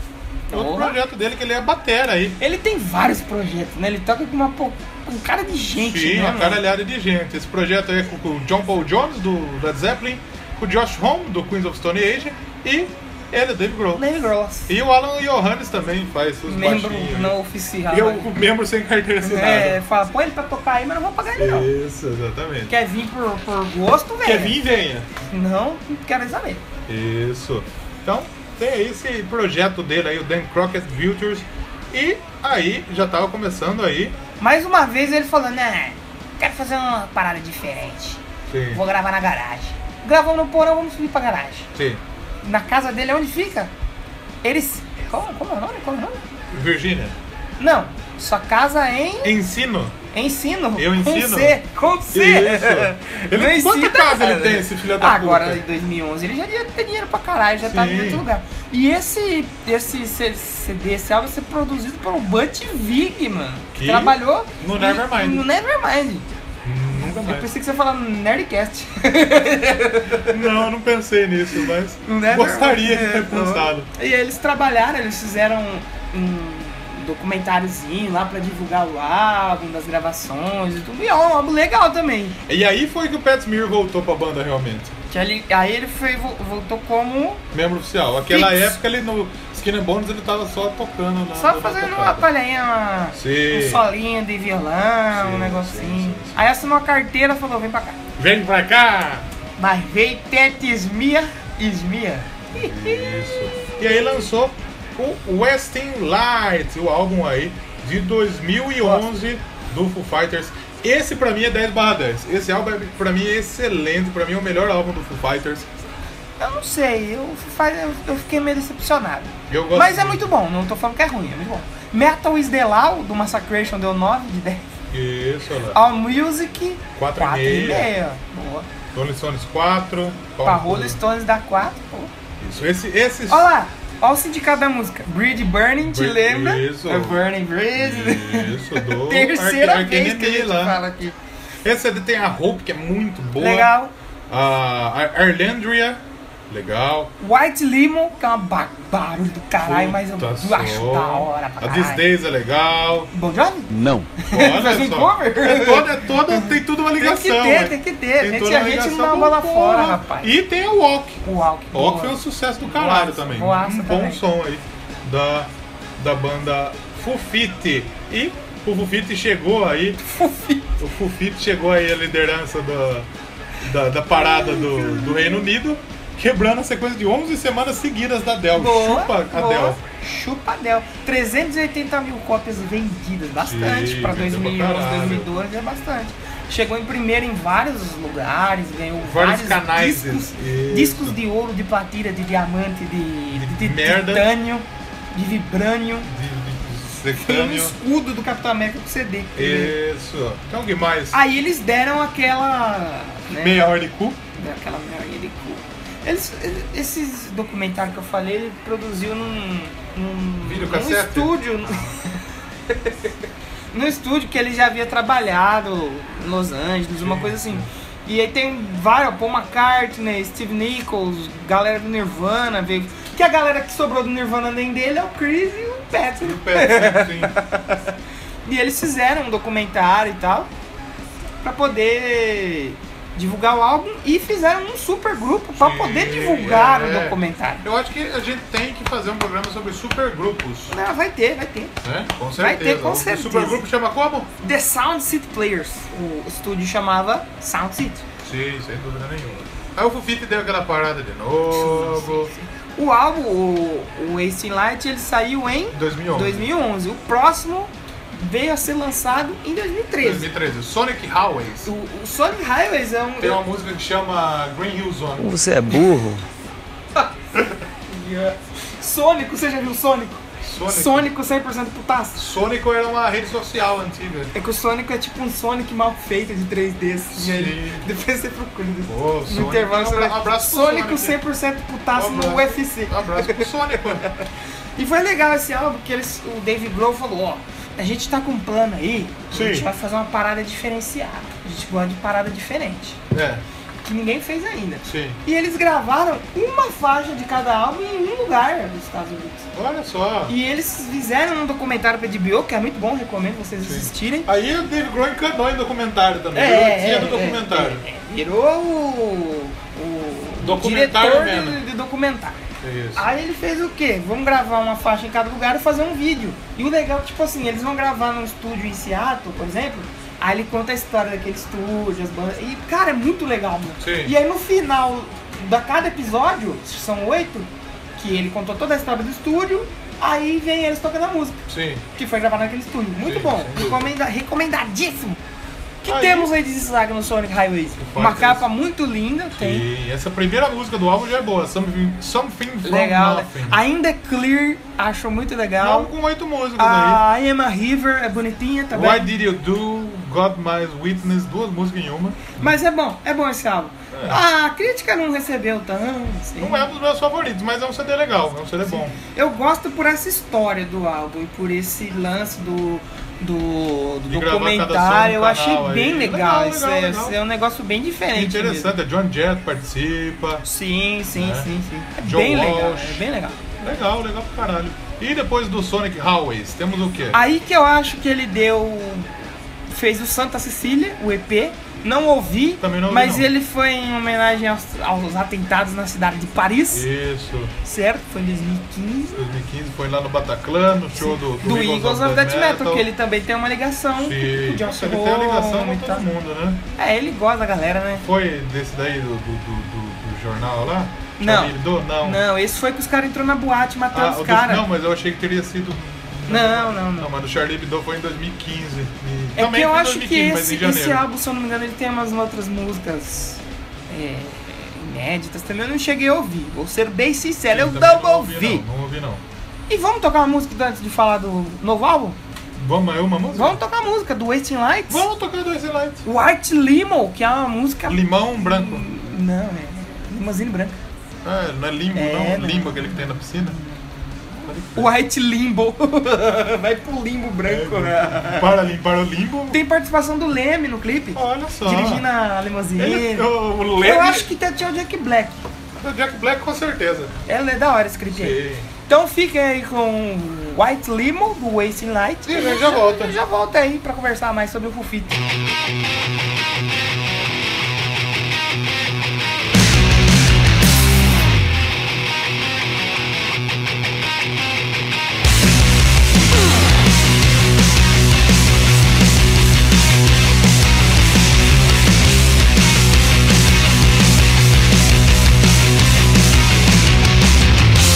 Speaker 2: Outro
Speaker 1: Porra.
Speaker 2: projeto dele que ele é batera aí.
Speaker 1: Ele tem vários projetos, né? Ele toca com uma pou- com um cara de gente,
Speaker 2: Sim,
Speaker 1: né?
Speaker 2: uma
Speaker 1: mano?
Speaker 2: caralhada de gente. Esse projeto aí é com o John Paul Jones, do Led Zeppelin, com o Josh Homme, do Queens of Stone Age, e ele, o Dave Grohl.
Speaker 1: Lady Gross.
Speaker 2: E o Alan Johannes também faz os
Speaker 1: Membro
Speaker 2: baixinhos.
Speaker 1: não oficial.
Speaker 2: E eu,
Speaker 1: né?
Speaker 2: o membro sem carteira assinada.
Speaker 1: é, fala, põe ele pra tocar aí, mas não vou pagar ele não.
Speaker 2: Isso, exatamente.
Speaker 1: Quer vir por, por gosto, velho?
Speaker 2: Quer vir, venha.
Speaker 1: Não, não quero saber.
Speaker 2: Isso. Então, tem esse projeto dele aí, o Dan Crockett Vultures. E aí, já tava começando aí.
Speaker 1: Mais uma vez ele falando, né? Quero fazer uma parada diferente.
Speaker 2: Sim.
Speaker 1: Vou gravar na garagem. Gravamos no porão, vamos subir pra garagem.
Speaker 2: Sim.
Speaker 1: Na casa dele é onde fica? Eles. Como, como é o nome? Como é o nome?
Speaker 2: Virginia,
Speaker 1: Não, sua casa é em.
Speaker 2: ensino.
Speaker 1: Ensino.
Speaker 2: Eu ensino?
Speaker 1: Com C. Com C.
Speaker 2: Isso. Ele-
Speaker 1: Não
Speaker 2: quanta
Speaker 1: ensina
Speaker 2: casa ele
Speaker 1: nada.
Speaker 2: tem, esse filho da
Speaker 1: É. Agora,
Speaker 2: puta?
Speaker 1: em 2011, ele já devia ter dinheiro pra caralho, já tava em
Speaker 2: Sim.
Speaker 1: outro lugar. E esse, esse C- CD, esse álbum, vai ser produzido por um Butt Vig, mano. Que,
Speaker 2: Que?
Speaker 1: trabalhou...
Speaker 2: No
Speaker 1: em-
Speaker 2: Nevermind. É.
Speaker 1: No Nevermind.
Speaker 2: Nunca
Speaker 1: Eu
Speaker 2: mais.
Speaker 1: pensei que você ia falar no Nerdcast.
Speaker 2: Não, não pensei nisso, mas
Speaker 1: No Nevermind.
Speaker 2: gostaria de
Speaker 1: É,
Speaker 2: ter
Speaker 1: então.
Speaker 2: pensado.
Speaker 1: E aí eles trabalharam, eles fizeram um- um documentáriozinho lá pra divulgar o álbum, das gravações e tudo. E é um álbum legal também.
Speaker 2: E aí foi que o Pat Smear voltou pra banda realmente.
Speaker 1: Que ele- aí ele foi, vo- voltou como
Speaker 2: Membro oficial. Aquela
Speaker 1: Fix.
Speaker 2: época ele no Skin and Bones ele tava só tocando na.
Speaker 1: só
Speaker 2: na
Speaker 1: fazendo
Speaker 2: tocada.
Speaker 1: uma palhinha, uma-
Speaker 2: Sim.
Speaker 1: um solinho de violão,
Speaker 2: Sim,
Speaker 1: um negocinho.
Speaker 2: sim, sim, sim.
Speaker 1: Aí assinou a carteira e falou, vem pra cá.
Speaker 2: Vem pra cá!
Speaker 1: Mas veio Tete Esmia, Esmia.
Speaker 2: Isso. E aí lançou o Westing Light, o álbum aí de 2011 do Foo Fighters. Esse pra mim é 10 barra 10. Esse álbum é, pra mim é excelente, pra mim é o melhor álbum do Foo Fighters.
Speaker 1: Eu não sei, eu, faz- eu- eu fiquei meio decepcionado.
Speaker 2: Eu gosto
Speaker 1: Mas é muito bom, não tô falando que é ruim, é muito bom. Metal is the Law, do Massacration, deu 9 de 10.
Speaker 2: Isso, olha lá.
Speaker 1: All Music,
Speaker 2: Quatro e
Speaker 1: 4,5. e
Speaker 2: meia.
Speaker 1: meia. Boa.
Speaker 2: Rolling Stones 4.
Speaker 1: Pra Rolling Stones dá 4.
Speaker 2: Isso, esse, esse
Speaker 1: Olha lá, olha o sindicato da música. Bridge Burning, te
Speaker 2: Bri-
Speaker 1: lembra?
Speaker 2: Isso.
Speaker 1: É Burning Bridge.
Speaker 2: Isso, do
Speaker 1: Terceira
Speaker 2: Ark-
Speaker 1: vez que a
Speaker 2: Ark
Speaker 1: gente
Speaker 2: Enemy lá.
Speaker 1: fala aqui.
Speaker 2: Esse CD tem a Hope, que é muito boa.
Speaker 1: Legal.
Speaker 2: A Ar- Arlandria, legal.
Speaker 1: White Lemon, que é uma ba- barulho do caralho, mas eu
Speaker 2: Puta
Speaker 1: acho
Speaker 2: só.
Speaker 1: da hora pra
Speaker 2: A These
Speaker 1: caralho.
Speaker 2: Days é legal.
Speaker 1: Bom Jovi?
Speaker 9: Não.
Speaker 1: Faz um
Speaker 2: Olha só.
Speaker 1: cover?
Speaker 2: É toda, é toda, tem tudo uma
Speaker 1: Tem que
Speaker 2: ligação. né?
Speaker 1: ter, tem que ter.
Speaker 2: Tem
Speaker 1: Mete
Speaker 2: toda
Speaker 1: a
Speaker 2: uma
Speaker 1: gente
Speaker 2: ligação
Speaker 1: não dá
Speaker 2: com
Speaker 1: bola
Speaker 2: o
Speaker 1: fora,
Speaker 2: Porra.
Speaker 1: rapaz.
Speaker 2: E tem o Walk.
Speaker 1: O Walk.
Speaker 2: O Walk
Speaker 1: boa.
Speaker 2: foi um sucesso do caralho
Speaker 1: Boaça,
Speaker 2: também.
Speaker 1: boaça
Speaker 2: um bom
Speaker 1: também.
Speaker 2: som aí da, da banda Fufite. E o Fufite chegou aí. O Fufite chegou aí a liderança da, da, da parada do, do Reino Unido, quebrando a sequência de 11 semanas seguidas da Dell.
Speaker 1: Boa,
Speaker 2: Chupa a
Speaker 1: boa.
Speaker 2: Dell.
Speaker 1: Chupa a Dell. 380 mil cópias vendidas, bastante.
Speaker 2: Sim,
Speaker 1: Pra
Speaker 2: vendeu pra
Speaker 1: 2011,
Speaker 2: caralho.
Speaker 1: 2012 é bastante. Chegou em primeiro em vários lugares, ganhou
Speaker 2: Vários
Speaker 1: vários,
Speaker 2: canais.
Speaker 1: discos,
Speaker 2: Isso.
Speaker 1: discos de ouro, de platina, de diamante, de,
Speaker 2: De
Speaker 1: de, de
Speaker 2: merda.
Speaker 1: titânio, de vibrânio.
Speaker 2: De- de- de-
Speaker 1: Tem um
Speaker 2: de-
Speaker 1: escudo do Capitão América pro CD.
Speaker 2: Isso. Então o que mais?
Speaker 1: Aí eles deram aquela. né,
Speaker 2: Meia hora de cu.
Speaker 1: daquela maioria de cu. Eles, esses documentário que eu falei, ele produziu num. num num
Speaker 2: Videocassete?
Speaker 1: estúdio. num estúdio que ele já havia trabalhado em Los Angeles, uma coisa assim. E aí tem vários, Paul McCartney, Steve Nichols, galera do Nirvana, veio. Que a galera que sobrou do Nirvana nem dele é o Chris e o Pat. né?
Speaker 2: Pé, sim, É sim.
Speaker 1: E eles fizeram um documentário e tal pra poder divulgar o álbum e fizeram um super grupo pra
Speaker 2: Sim,
Speaker 1: poder divulgar
Speaker 2: é.
Speaker 1: o documentário.
Speaker 2: Eu acho que a gente tem que fazer um programa sobre supergrupos,
Speaker 1: Não, vai ter, vai ter.
Speaker 2: né? Com certeza.
Speaker 1: Vai ter, com
Speaker 2: o
Speaker 1: certeza.
Speaker 2: supergrupo chama como?
Speaker 1: The Sound City Players. O estúdio chamava Sound City.
Speaker 2: Sim, sem dúvida nenhuma. Aí o Fufite deu aquela parada de novo.
Speaker 1: O álbum, o, o Ace in Light, ele saiu em
Speaker 2: 2011.
Speaker 1: 2011. O próximo veio a ser lançado em 2013.
Speaker 2: 2013. Sonic Highways.
Speaker 1: O, o Sonic Highways é um.
Speaker 2: Tem uma música que chama Green Hill Zone.
Speaker 1: Sonic, você já viu Sonic?
Speaker 2: Sonic.
Speaker 1: Sonic 100% putaço.
Speaker 2: Sonic era uma rede social antiga.
Speaker 1: É que o Sonic é tipo um Sonic mal feito de 3D. assim,
Speaker 2: Sim.
Speaker 1: aí Depois você procura. né?
Speaker 2: Pô,
Speaker 1: no
Speaker 2: Sonic.
Speaker 1: intervalo você vai.
Speaker 2: Um abraço pro
Speaker 1: Sonic
Speaker 2: Sonic.
Speaker 1: 100% putaço
Speaker 2: Um
Speaker 1: no
Speaker 2: abraço.
Speaker 1: UFC.
Speaker 2: Um abraço pro Sonic, mano.
Speaker 1: E foi legal esse álbum, porque eles, o Dave Grohl falou, ó, a gente tá com um plano aí, a gente
Speaker 2: Sim.
Speaker 1: vai fazer uma parada diferenciada. A gente gosta de parada diferente,
Speaker 2: É,
Speaker 1: que ninguém fez ainda.
Speaker 2: sim.
Speaker 1: E eles gravaram uma faixa de cada álbum em um lugar dos Estados Unidos.
Speaker 2: Olha só.
Speaker 1: E eles fizeram um documentário pra HBO, que é muito bom, recomendo vocês assistirem.
Speaker 2: Aí o Dave Grohl encanou em documentário também. Virou tia do documentário.
Speaker 1: é, é. virou o, o
Speaker 2: Documentário
Speaker 1: diretor
Speaker 2: mesmo.
Speaker 1: de- de documentário.
Speaker 2: É isso.
Speaker 1: Aí ele fez o quê? Vamos gravar uma faixa em cada lugar e fazer um vídeo. E o legal é que, tipo assim, eles vão gravar num estúdio em Seattle, por exemplo. Aí ele conta a história daquele estúdio, as bandas. E, cara, é muito legal, mano.
Speaker 2: Sim.
Speaker 1: E aí no final da cada episódio, são oito, que ele contou toda a história do estúdio, aí vem eles tocando a música,
Speaker 2: Sim.
Speaker 1: que foi gravada naquele estúdio. Muito
Speaker 2: Sim, Ah,
Speaker 1: bom.
Speaker 2: sem dúvida.
Speaker 1: Recomenda- recomendadíssimo. que
Speaker 2: Aí.
Speaker 1: temos aí de destaque no Sonic Highways? Uma
Speaker 2: podcast.
Speaker 1: capa muito linda, tem.
Speaker 2: E essa primeira música do álbum já é boa. Something, something from
Speaker 1: Legal. né?
Speaker 2: Nothing.
Speaker 1: Ainda Clear, acho muito
Speaker 2: É um
Speaker 1: legal. Ah,
Speaker 2: álbum com oito músicas
Speaker 1: A
Speaker 2: aí.
Speaker 1: I Am a River é bonitinha também.
Speaker 2: Why Did You Do, God My Witness, duas músicas em uma.
Speaker 1: Mas é bom, é bom esse álbum. A crítica não recebeu tanto. assim.
Speaker 2: Não é um dos meus favoritos, mas é um CD legal, é um CD bom.
Speaker 1: Eu gosto por essa história do álbum e por esse lance do, do, do
Speaker 2: De gravar cada som
Speaker 1: documentário.
Speaker 2: no
Speaker 1: Eu achei
Speaker 2: canal aí.
Speaker 1: bem legal.
Speaker 2: Legal,
Speaker 1: isso,
Speaker 2: legal,
Speaker 1: é,
Speaker 2: legal.
Speaker 1: isso é um negócio bem diferente. mesmo.
Speaker 2: Interessante, a John Jett participa.
Speaker 1: Sim, sim,
Speaker 2: Né?
Speaker 1: sim, sim. É
Speaker 2: John
Speaker 1: bem legal,
Speaker 2: Walsh.
Speaker 1: é bem legal.
Speaker 2: Legal, legal pra caralho. E depois do Sonic Highways, temos o quê?
Speaker 1: Aí que eu acho que ele deu. Fez o Santa Cecília, o EP. Não ouvi,
Speaker 2: Também não ouvi,
Speaker 1: mas
Speaker 2: não.
Speaker 1: ele foi em homenagem aos, aos atentados na cidade de Paris,
Speaker 2: Isso,
Speaker 1: certo? Foi em 2015.
Speaker 2: 2015 foi lá no Bataclan, no show do,
Speaker 1: Do Eagles of Death Metal, que ele também tem uma ligação
Speaker 2: Sim,
Speaker 1: com o
Speaker 2: ele tem
Speaker 1: Josh
Speaker 2: uma ligação
Speaker 1: Homme
Speaker 2: com
Speaker 1: e tal.
Speaker 2: todo mundo, né?
Speaker 1: É, ele gosta da galera, né?
Speaker 2: Foi desse daí do, do, do, do- do jornal lá?
Speaker 1: Não.
Speaker 2: Charlie Hebdo? Não.
Speaker 1: Não, esse foi que os caras entrou na boate e
Speaker 2: Ah,
Speaker 1: mataram
Speaker 2: o
Speaker 1: os
Speaker 2: do-
Speaker 1: caras.
Speaker 2: Não, mas eu achei que teria sido. um-
Speaker 1: Não, não, não.
Speaker 2: Não, mas o Charlie Hebdo foi em 2015. e-
Speaker 1: É que
Speaker 2: Também
Speaker 1: eu
Speaker 2: foi em
Speaker 1: acho que
Speaker 2: 2015, mas
Speaker 1: esse,
Speaker 2: em janeiro.
Speaker 1: esse álbum, se eu não me engano, ele tem umas outras músicas é, inéditas também. Eu não cheguei a ouvir, vou ser bem sincero, eu
Speaker 2: Também
Speaker 1: não
Speaker 2: não ouvi.
Speaker 1: ouvi.
Speaker 2: Não, não ouvi, não.
Speaker 1: E vamos tocar uma música antes de falar do novo álbum?
Speaker 2: Vamos aí, uma música?
Speaker 1: Vamos tocar a música do Wasting Lights.
Speaker 2: Vamos tocar dois highlights.
Speaker 1: White Limo, que é uma música.
Speaker 2: Limão branco.
Speaker 1: Não, é. Limousine branca.
Speaker 2: Ah, não é limbo,
Speaker 1: É,
Speaker 2: não.
Speaker 1: não.
Speaker 2: Limbo aquele que tem na piscina.
Speaker 1: White Limbo. Vai pro limbo
Speaker 2: É,
Speaker 1: branco, né?
Speaker 2: Para limpar o limbo.
Speaker 1: Tem participação do Leme no clipe.
Speaker 2: Olha só.
Speaker 1: Dirigindo a limusine.
Speaker 2: Ele, o, o Lenny, é
Speaker 1: Eu acho que até tinha o Jack Black.
Speaker 2: o Jack Black com certeza.
Speaker 1: Ela é da hora esse clipe aí.
Speaker 2: E-
Speaker 1: Então fiquem aí com White Limo, do Wasting Light.
Speaker 2: E a gente já volta.
Speaker 1: Já volta aí pra conversar mais sobre o Fufito.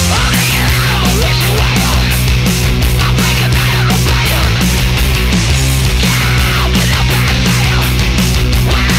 Speaker 10: I'll break a battle, battle. Yeah, open up and battle.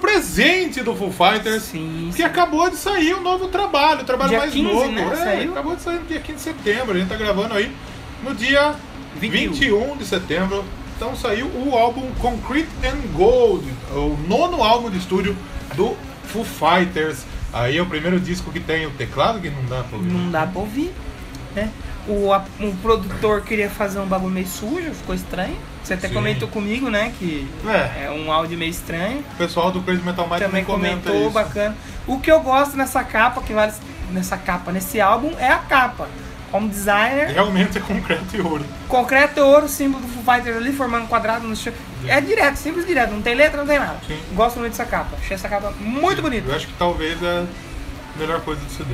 Speaker 2: Triste do Foo Fighters.
Speaker 1: Sim,
Speaker 2: Que acabou de sair o novo trabalho, o trabalho
Speaker 1: Dia
Speaker 2: mais
Speaker 1: 15,
Speaker 2: novo.
Speaker 1: né?
Speaker 2: É,
Speaker 1: Saiu?
Speaker 2: acabou de sair no dia 15 de setembro. A gente tá gravando aí no dia
Speaker 1: 21.
Speaker 2: 21, de setembro. Então saiu o álbum Concrete and Gold, o nono álbum de estúdio do Foo Fighters. Aí é o primeiro disco que tem o teclado, que não dá pra ouvir.
Speaker 1: não dá pra ouvir, né? O, a- o produtor queria fazer um bagulho meio sujo, ficou estranho. Você até
Speaker 2: Sim.
Speaker 1: comentou comigo, né, que
Speaker 2: É.
Speaker 1: é um áudio meio estranho.
Speaker 2: O pessoal do Crazy Metal Mind
Speaker 1: Também
Speaker 2: também comenta
Speaker 1: comentou,
Speaker 2: isso.
Speaker 1: bacana. O que eu gosto nessa capa, que vale nessa capa, nesse álbum, é a capa. Como designer,
Speaker 2: Realmente é concreto e ouro.
Speaker 1: concreto é ouro, símbolo do Foo Fighters ali, formando um quadrado no chão. É direto, simples e direto, não tem letra, não tem nada.
Speaker 2: Sim.
Speaker 1: Gosto muito dessa capa, achei essa capa muito bonita.
Speaker 2: Eu acho que talvez é a melhor coisa do CD.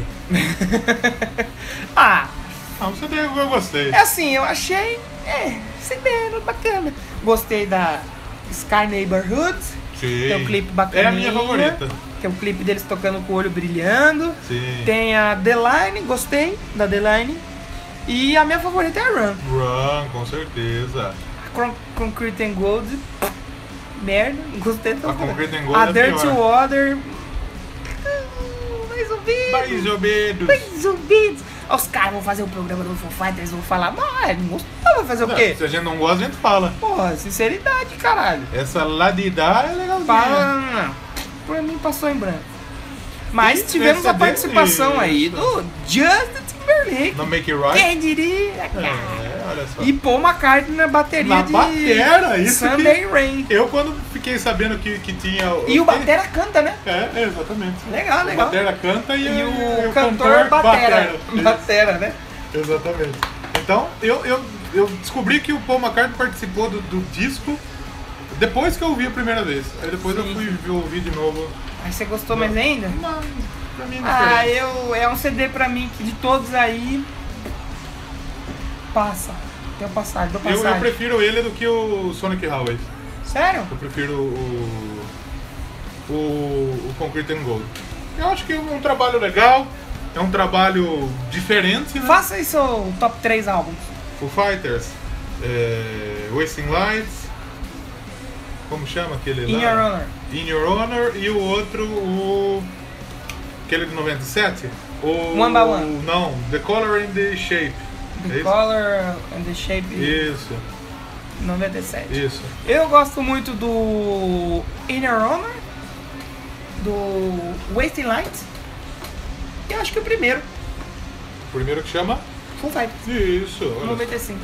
Speaker 1: Ah,
Speaker 2: Ah, o CD eu gostei.
Speaker 1: É assim, eu achei. É, CD bacana. Gostei da Sky Neighborhood.
Speaker 2: Sim.
Speaker 1: Tem um clipe bacana.
Speaker 2: É a minha favorita.
Speaker 1: Que é o clipe deles tocando com o olho brilhando.
Speaker 2: Sim.
Speaker 1: Tem a The Line, gostei da The Line. E a minha favorita é a Run.
Speaker 2: Run, com certeza.
Speaker 1: Con- Concrete and Gold. pff, Merda, não gostei tanto.
Speaker 2: A Concrete and Gold
Speaker 1: A
Speaker 2: é
Speaker 1: Dirty
Speaker 2: pior.
Speaker 1: Water. hum, Mais ouvido.
Speaker 2: Mais um ou menos.
Speaker 1: Mais um ouvido. Os caras vão fazer o programa do Foo Fighters, vão falar, mas não gostou, vai fazer
Speaker 2: Não,
Speaker 1: o quê?
Speaker 2: Se a gente não gosta, a gente fala.
Speaker 1: Porra, sinceridade, caralho.
Speaker 2: Essa ladidá é legalzinha.
Speaker 1: Para, não, não, não. Pra mim passou em branco. Mas
Speaker 2: E
Speaker 1: tivemos
Speaker 2: essa
Speaker 1: a participação
Speaker 2: dele-
Speaker 1: aí do Justin Timberlake.
Speaker 2: No Make It Right.
Speaker 1: Quem diria,
Speaker 2: É,
Speaker 1: cara?
Speaker 2: olha só.
Speaker 1: E Paul McCartney na bateria
Speaker 2: Na
Speaker 1: de
Speaker 2: batera, isso que-
Speaker 1: Sunday Rain.
Speaker 2: Eu quando fiquei sabendo que, que tinha...
Speaker 1: E o batera canta, né?
Speaker 2: É, é, exatamente.
Speaker 1: Legal,
Speaker 2: O
Speaker 1: legal.
Speaker 2: batera canta e,
Speaker 1: E
Speaker 2: e
Speaker 1: o cantor batera. Batera, né?
Speaker 2: Exatamente. Então, eu, eu, eu descobri que o Paul McCartney participou do, do disco depois que eu ouvi a primeira vez. Aí depois eu
Speaker 1: Sim.
Speaker 2: fui ver- ouvir de novo.
Speaker 1: Aí você gostou mais ainda?
Speaker 2: Não, pra mim não
Speaker 1: Ah,
Speaker 2: foi.
Speaker 1: eu, é um CD pra mim que de todos aí. Passa. Tem um passagem, dou
Speaker 2: eu, eu
Speaker 1: passagem.
Speaker 2: prefiro ele do que o Sonic Highways.
Speaker 1: Sério?
Speaker 2: Eu prefiro o, o, o Concrete and Gold. Eu acho que é um trabalho legal, é um trabalho diferente, né?
Speaker 1: Faça aí seu top 3 álbuns.
Speaker 2: Foo Fighters, é, Wasting Lights, como chama aquele
Speaker 1: In
Speaker 2: lá?
Speaker 1: Your Honor.
Speaker 2: In Your Honor e o outro, o. Aquele de 97? O,
Speaker 1: One by One.
Speaker 2: Não, The Color and the Shape.
Speaker 1: The
Speaker 2: é isso?
Speaker 1: Color and the Shape
Speaker 2: Isso,
Speaker 1: 97.
Speaker 2: isso.
Speaker 1: Eu gosto muito do Inner Honor, do Wasting Light. E eu acho que o primeiro,
Speaker 2: O primeiro que chama?
Speaker 1: Full Fight,
Speaker 2: Isso, olha.
Speaker 1: 95.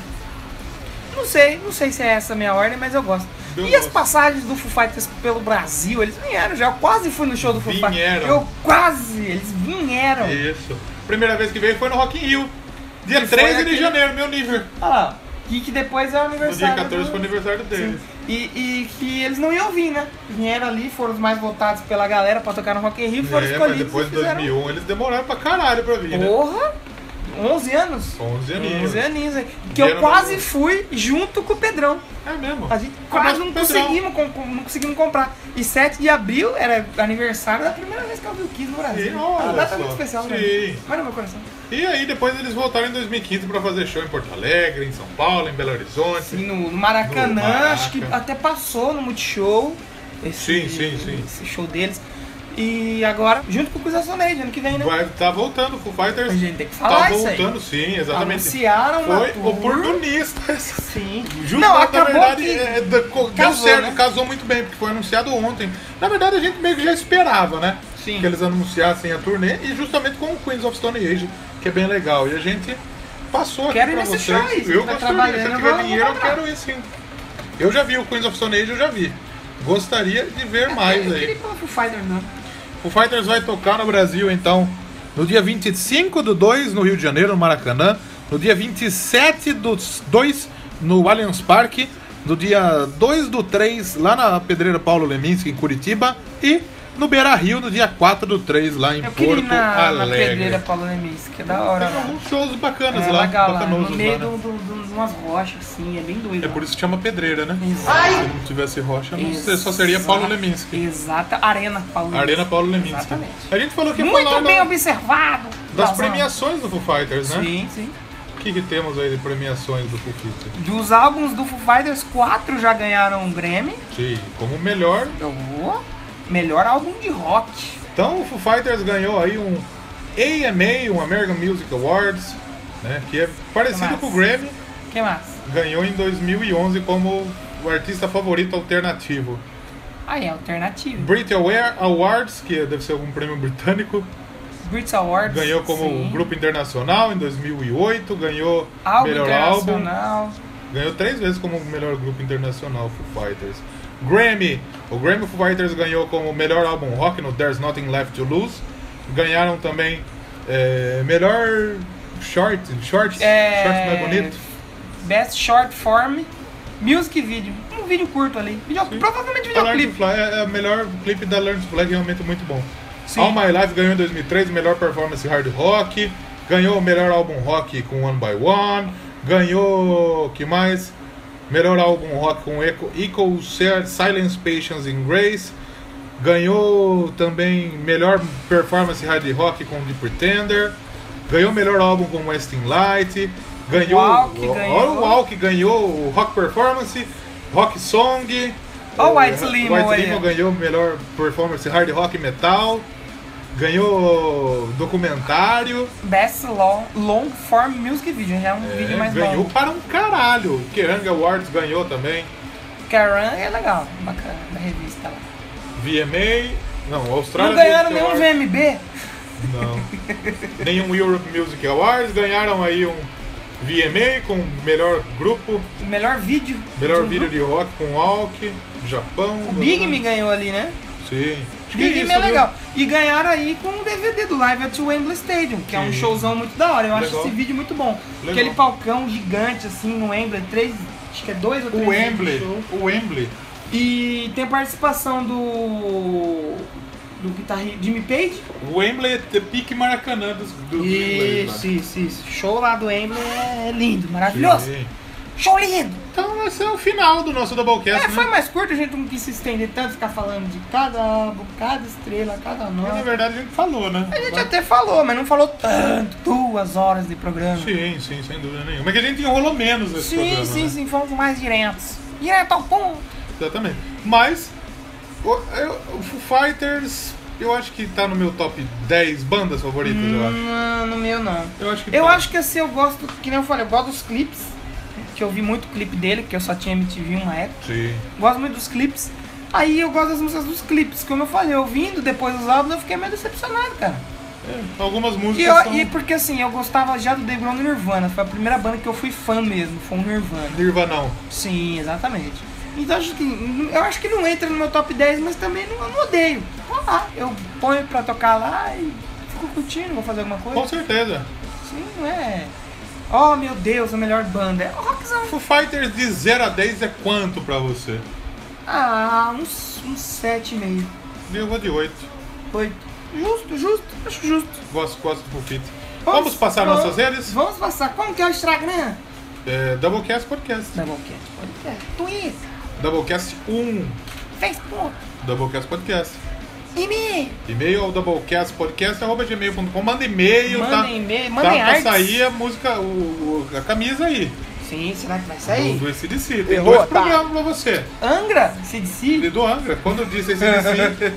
Speaker 1: Não sei, não sei se é essa a minha ordem, mas eu gosto.
Speaker 2: Eu
Speaker 1: e as
Speaker 2: gosto.
Speaker 1: passagens do Foo Fighters pelo Brasil, eles vieram já. Eu quase fui no show do Foo Fighters.
Speaker 2: Vieram. É.
Speaker 1: Eu quase, eles vieram.
Speaker 2: só. Isso. Primeira vez que veio foi no Rock in Rio. Dia
Speaker 1: E foi
Speaker 2: 13 de
Speaker 1: naquele-
Speaker 2: janeiro, meu nível.
Speaker 1: Olha lá. E que depois é o
Speaker 2: No dia
Speaker 1: aniversário.
Speaker 2: 14
Speaker 1: do-
Speaker 2: foi o aniversário
Speaker 1: Sim.
Speaker 2: deles.
Speaker 1: E, e que eles não iam vir, né? Vieram ali, foram os mais votados pela galera pra tocar no Rock in Rio, foram
Speaker 2: É, mas
Speaker 1: escolhidos
Speaker 2: depois
Speaker 1: e
Speaker 2: de
Speaker 1: fizeram...
Speaker 2: 2001 eles demoraram pra caralho pra vir, né?
Speaker 1: Porra! 11 anos.
Speaker 2: 11 aninhos.
Speaker 1: 11 aninhos, hein? Que
Speaker 2: Vieram
Speaker 1: eu
Speaker 2: no-
Speaker 1: quase fui junto com o Pedrão.
Speaker 2: É mesmo.
Speaker 1: A gente
Speaker 2: Um
Speaker 1: quase
Speaker 2: abraço
Speaker 1: não
Speaker 2: pro Pedrão.
Speaker 1: conseguimos, com- com- não conseguimos comprar. E 7 de abril era aniversário da primeira vez que eu vi o Kiss no Brasil.
Speaker 2: Sim, olha
Speaker 1: Uma data
Speaker 2: só.
Speaker 1: muito especial, né?
Speaker 2: Sim.
Speaker 1: Mas no meu coração.
Speaker 2: E aí depois eles voltaram em 2015 pra fazer show em Porto Alegre, em São Paulo, em Belo Horizonte.
Speaker 1: Sim, no, no Maracanã,
Speaker 2: No Maraca.
Speaker 1: acho que até passou no Multishow. Esse,
Speaker 2: Sim, sim, sim.
Speaker 1: Esse show deles. E agora, junto com o Cruz Açoneide, ano que vem, né?
Speaker 2: Vai, tá voltando, Foo Fighters.
Speaker 1: A gente tem que falar
Speaker 2: Tá
Speaker 1: isso aí.
Speaker 2: voltando, sim, exatamente.
Speaker 1: Anunciaram uma
Speaker 2: Foi
Speaker 1: tour.
Speaker 2: oportunistas.
Speaker 1: Sim.
Speaker 2: Juro,
Speaker 1: não,
Speaker 2: mas,
Speaker 1: acabou
Speaker 2: na verdade,
Speaker 1: que...
Speaker 2: é, da- co- deu
Speaker 1: casou,
Speaker 2: certo,
Speaker 1: né?
Speaker 2: casou muito bem, porque foi anunciado ontem. Na verdade, a gente meio que já esperava, né?
Speaker 1: Sim.
Speaker 2: Que eles anunciassem a turnê, e justamente com o Queens of Stone Age, que é bem legal. E a gente passou aqui
Speaker 1: Quero ir
Speaker 2: pra
Speaker 1: nesse
Speaker 2: vocês.
Speaker 1: show aí, se
Speaker 2: eu
Speaker 1: tá
Speaker 2: gostaria, se
Speaker 1: trabalhando,
Speaker 2: eu
Speaker 1: eu
Speaker 2: tiver
Speaker 1: vou-
Speaker 2: dinheiro,
Speaker 1: vou
Speaker 2: eu
Speaker 1: comprar.
Speaker 2: quero ir sim. Eu já vi o Queens of Stone Age, eu já vi. Gostaria de ver mais
Speaker 1: É, Eu
Speaker 2: aí.
Speaker 1: queria ir pro Foo Fighters, não.
Speaker 2: O Fighters vai tocar no Brasil, então, no dia 25 do 2, no Rio de Janeiro, no Maracanã. No dia 27 do 2, no Allianz Parque. No dia 2 do 3, lá na Pedreira Paulo Leminski, em Curitiba. E no Beira Rio, no dia 4 do 3, lá em
Speaker 1: Eu queria ir
Speaker 2: Porto
Speaker 1: na, na
Speaker 2: Alegre.
Speaker 1: pedreira Paulo Lemis, que é da hora.
Speaker 2: Tem
Speaker 1: lá.
Speaker 2: alguns shows bacanas
Speaker 1: É,
Speaker 2: lá,
Speaker 1: legal lá, no
Speaker 2: bacanosos lá,
Speaker 1: meio
Speaker 2: né?
Speaker 1: de umas rochas, assim, é bem doido.
Speaker 2: É por isso que chama pedreira, né?
Speaker 1: Exato.
Speaker 2: Se não tivesse rocha, não sei, só seria Paulo Leminski.
Speaker 1: Exata. Arena Paulo Leminski.
Speaker 2: Arena Paulo Leminski.
Speaker 1: Exatamente.
Speaker 2: A gente falou que ia
Speaker 1: Muito
Speaker 2: falar
Speaker 1: bem
Speaker 2: da-
Speaker 1: observado.
Speaker 2: das
Speaker 1: Lauzão.
Speaker 2: premiações do Foo Fighters, né?
Speaker 1: Sim, sim.
Speaker 2: O que, que temos aí de premiações do Fufita?
Speaker 1: Dos álbuns do Foo Fighters, quatro já ganharam o um Grammy.
Speaker 2: Sim, como melhor,
Speaker 1: Eu vou. Melhor álbum de rock.
Speaker 2: Então o Foo Fighters ganhou aí um AMA, um American Music Awards, né, que é parecido
Speaker 1: Massa.
Speaker 2: com o Grammy,
Speaker 1: que mais?
Speaker 2: ganhou em 2011 como o artista favorito alternativo.
Speaker 1: Ah, é alternativo.
Speaker 2: Brit Aware Awards, que é, deve ser algum prêmio britânico,
Speaker 1: Brits Awards.
Speaker 2: ganhou como
Speaker 1: sim.
Speaker 2: grupo internacional em 2008, ganhou
Speaker 1: Álbum
Speaker 2: melhor álbum,
Speaker 1: internacional.
Speaker 2: ganhou três vezes como melhor grupo internacional Foo Fighters. Grammy, o Grammy Foo Fighters ganhou como melhor álbum rock no There's Nothing Left to Lose. Ganharam também eh, melhor short, short,
Speaker 1: É.
Speaker 2: short mais bonito.
Speaker 1: Best Short Form. Music Video. Um vídeo curto ali. Video, provavelmente
Speaker 2: A Learn to
Speaker 1: videoclipe.
Speaker 2: Fly é, é o melhor clipe da Learn to Fly, é realmente muito bom.
Speaker 1: Sim.
Speaker 2: All My Life ganhou em 2003 melhor performance hard rock, ganhou o melhor álbum rock com One by One, ganhou, que mais? Melhor álbum rock com Echo, Equal Ser- Silence, Patience and Grace, ganhou também melhor performance hard rock com The Pretender, ganhou melhor álbum com Westing Light, ganhou,
Speaker 1: Walk ganhou.
Speaker 2: Olha o Walk ganhou o rock performance, rock song,
Speaker 1: Ó o
Speaker 2: eh,
Speaker 1: White Limo
Speaker 2: White
Speaker 1: aí.
Speaker 2: Limo ganhou melhor performance hard rock e metal, ganhou documentário,
Speaker 1: Best long, long Form Music Video. Já é um
Speaker 2: né,
Speaker 1: vídeo mais
Speaker 2: ganhou
Speaker 1: longo.
Speaker 2: para um caralho. O Kerrang Awards ganhou também,
Speaker 1: Karan é legal. Bacana. Da revista lá.
Speaker 2: VMA, não, Austrália.
Speaker 1: Não ganharam
Speaker 2: Music
Speaker 1: nenhum
Speaker 2: Awards,
Speaker 1: VMB.
Speaker 2: Não. nenhum Europe Music Awards, ganharam aí um VMA com melhor grupo,
Speaker 1: Melhor vídeo.
Speaker 2: melhor
Speaker 1: Uhum.
Speaker 2: vídeo de rock com Walk, Japão.
Speaker 1: O Big Me ganhou ali, né?
Speaker 2: Sim. Acho que
Speaker 1: Big
Speaker 2: isso,
Speaker 1: Me é
Speaker 2: viu?
Speaker 1: legal. E ganharam aí com um o DVD do Live at Wembley Stadium, que é um
Speaker 2: Sim.
Speaker 1: showzão muito da hora. Eu acho
Speaker 2: Legal.
Speaker 1: esse vídeo muito bom.
Speaker 2: Legal.
Speaker 1: Aquele palcão gigante, assim, no Wembley, três, acho que é dois ou três
Speaker 2: O
Speaker 1: dias de
Speaker 2: Wembley,
Speaker 1: show.
Speaker 2: o Wembley.
Speaker 1: E tem participação do. do guitarrista Jimmy Page.
Speaker 2: O Wembley é pique maracanã dos do né?
Speaker 1: Isso, isso, isso. Show lá do Wembley é lindo, maravilhoso.
Speaker 2: Sim.
Speaker 1: Show lindo!
Speaker 2: Então esse é o final do nosso Doublecast,
Speaker 1: É, foi
Speaker 2: né?
Speaker 1: mais curto, a gente não quis se estender tanto, ficar falando de cada, cada estrela, cada
Speaker 2: Mas, Na
Speaker 1: nota.
Speaker 2: é verdade a gente falou, né?
Speaker 1: A gente até falou, mas não falou tanto. Duas horas de programa.
Speaker 2: Sim, sim, sem dúvida nenhuma. Mas que a gente enrolou menos esse
Speaker 1: Sim,
Speaker 2: programa,
Speaker 1: sim,
Speaker 2: né?
Speaker 1: sim, fomos mais diretos. Direto ao ponto.
Speaker 2: Exatamente. Mas o, eu- o Foo Fighters, eu acho que tá no meu top 10 bandas favoritas, eu acho.
Speaker 1: Não, no meu não.
Speaker 2: Eu acho que
Speaker 1: Hum. Eu
Speaker 2: tá.
Speaker 1: acho que assim, eu gosto, que nem eu falei, eu gosto dos clipes. Que eu vi muito clipe dele, que eu só tinha MTV uma época.
Speaker 2: Sim.
Speaker 1: Gosto muito dos clipes. Aí eu gosto das músicas dos clipes, como eu falei, ouvindo depois dos álbuns eu fiquei meio decepcionado, cara.
Speaker 2: É, algumas
Speaker 1: E,
Speaker 2: músicas
Speaker 1: eu-
Speaker 2: são
Speaker 1: e porque assim, eu gostava já do The Ground Nirvana, foi a primeira banda que eu fui fã mesmo, foi o Nirvana.
Speaker 2: Nirvanão.
Speaker 1: Sim, exatamente. Então acho que eu acho que não entra no meu top 10, mas também não, eu não odeio. Tá lá, eu ponho pra tocar lá e fico curtindo, vou fazer alguma
Speaker 2: Com
Speaker 1: coisa.
Speaker 2: certeza.
Speaker 1: Sim, não é. Oh meu Deus, a melhor banda. É rockzão.
Speaker 2: Foo Fighters de 0 a 10 é quanto pra você?
Speaker 1: Ah, uns, uns 7,5.
Speaker 2: Eu vou de 8.
Speaker 1: 8. Justo, justo, acho justo.
Speaker 2: Gosto, gosto do Foo Fighters. Vamos, passar nossas redes?
Speaker 1: Vamos passar. Como que é o Instagram?
Speaker 2: É, Doublecast Podcast.
Speaker 1: Doublecast Podcast. É, Twitter,
Speaker 2: Doublecast 1.
Speaker 1: Facebook,
Speaker 2: Doublecast Podcast.
Speaker 1: e-mail.
Speaker 2: E-mail é o doublecastpodcast.gmail.com. Manda e-mail,
Speaker 1: Manda
Speaker 2: tá?
Speaker 1: e-mail,
Speaker 2: Tá
Speaker 1: manda em
Speaker 2: pra
Speaker 1: artes.
Speaker 2: sair a música, o, o- a camisa aí.
Speaker 1: Sim, será que vai
Speaker 2: Do,
Speaker 1: sair?
Speaker 2: do ACDC. Tem
Speaker 1: É Errou,
Speaker 2: dois
Speaker 1: tá.
Speaker 2: programas pra você.
Speaker 1: Angra, CDC.
Speaker 2: E do Angra. Quando eu disse ACDC,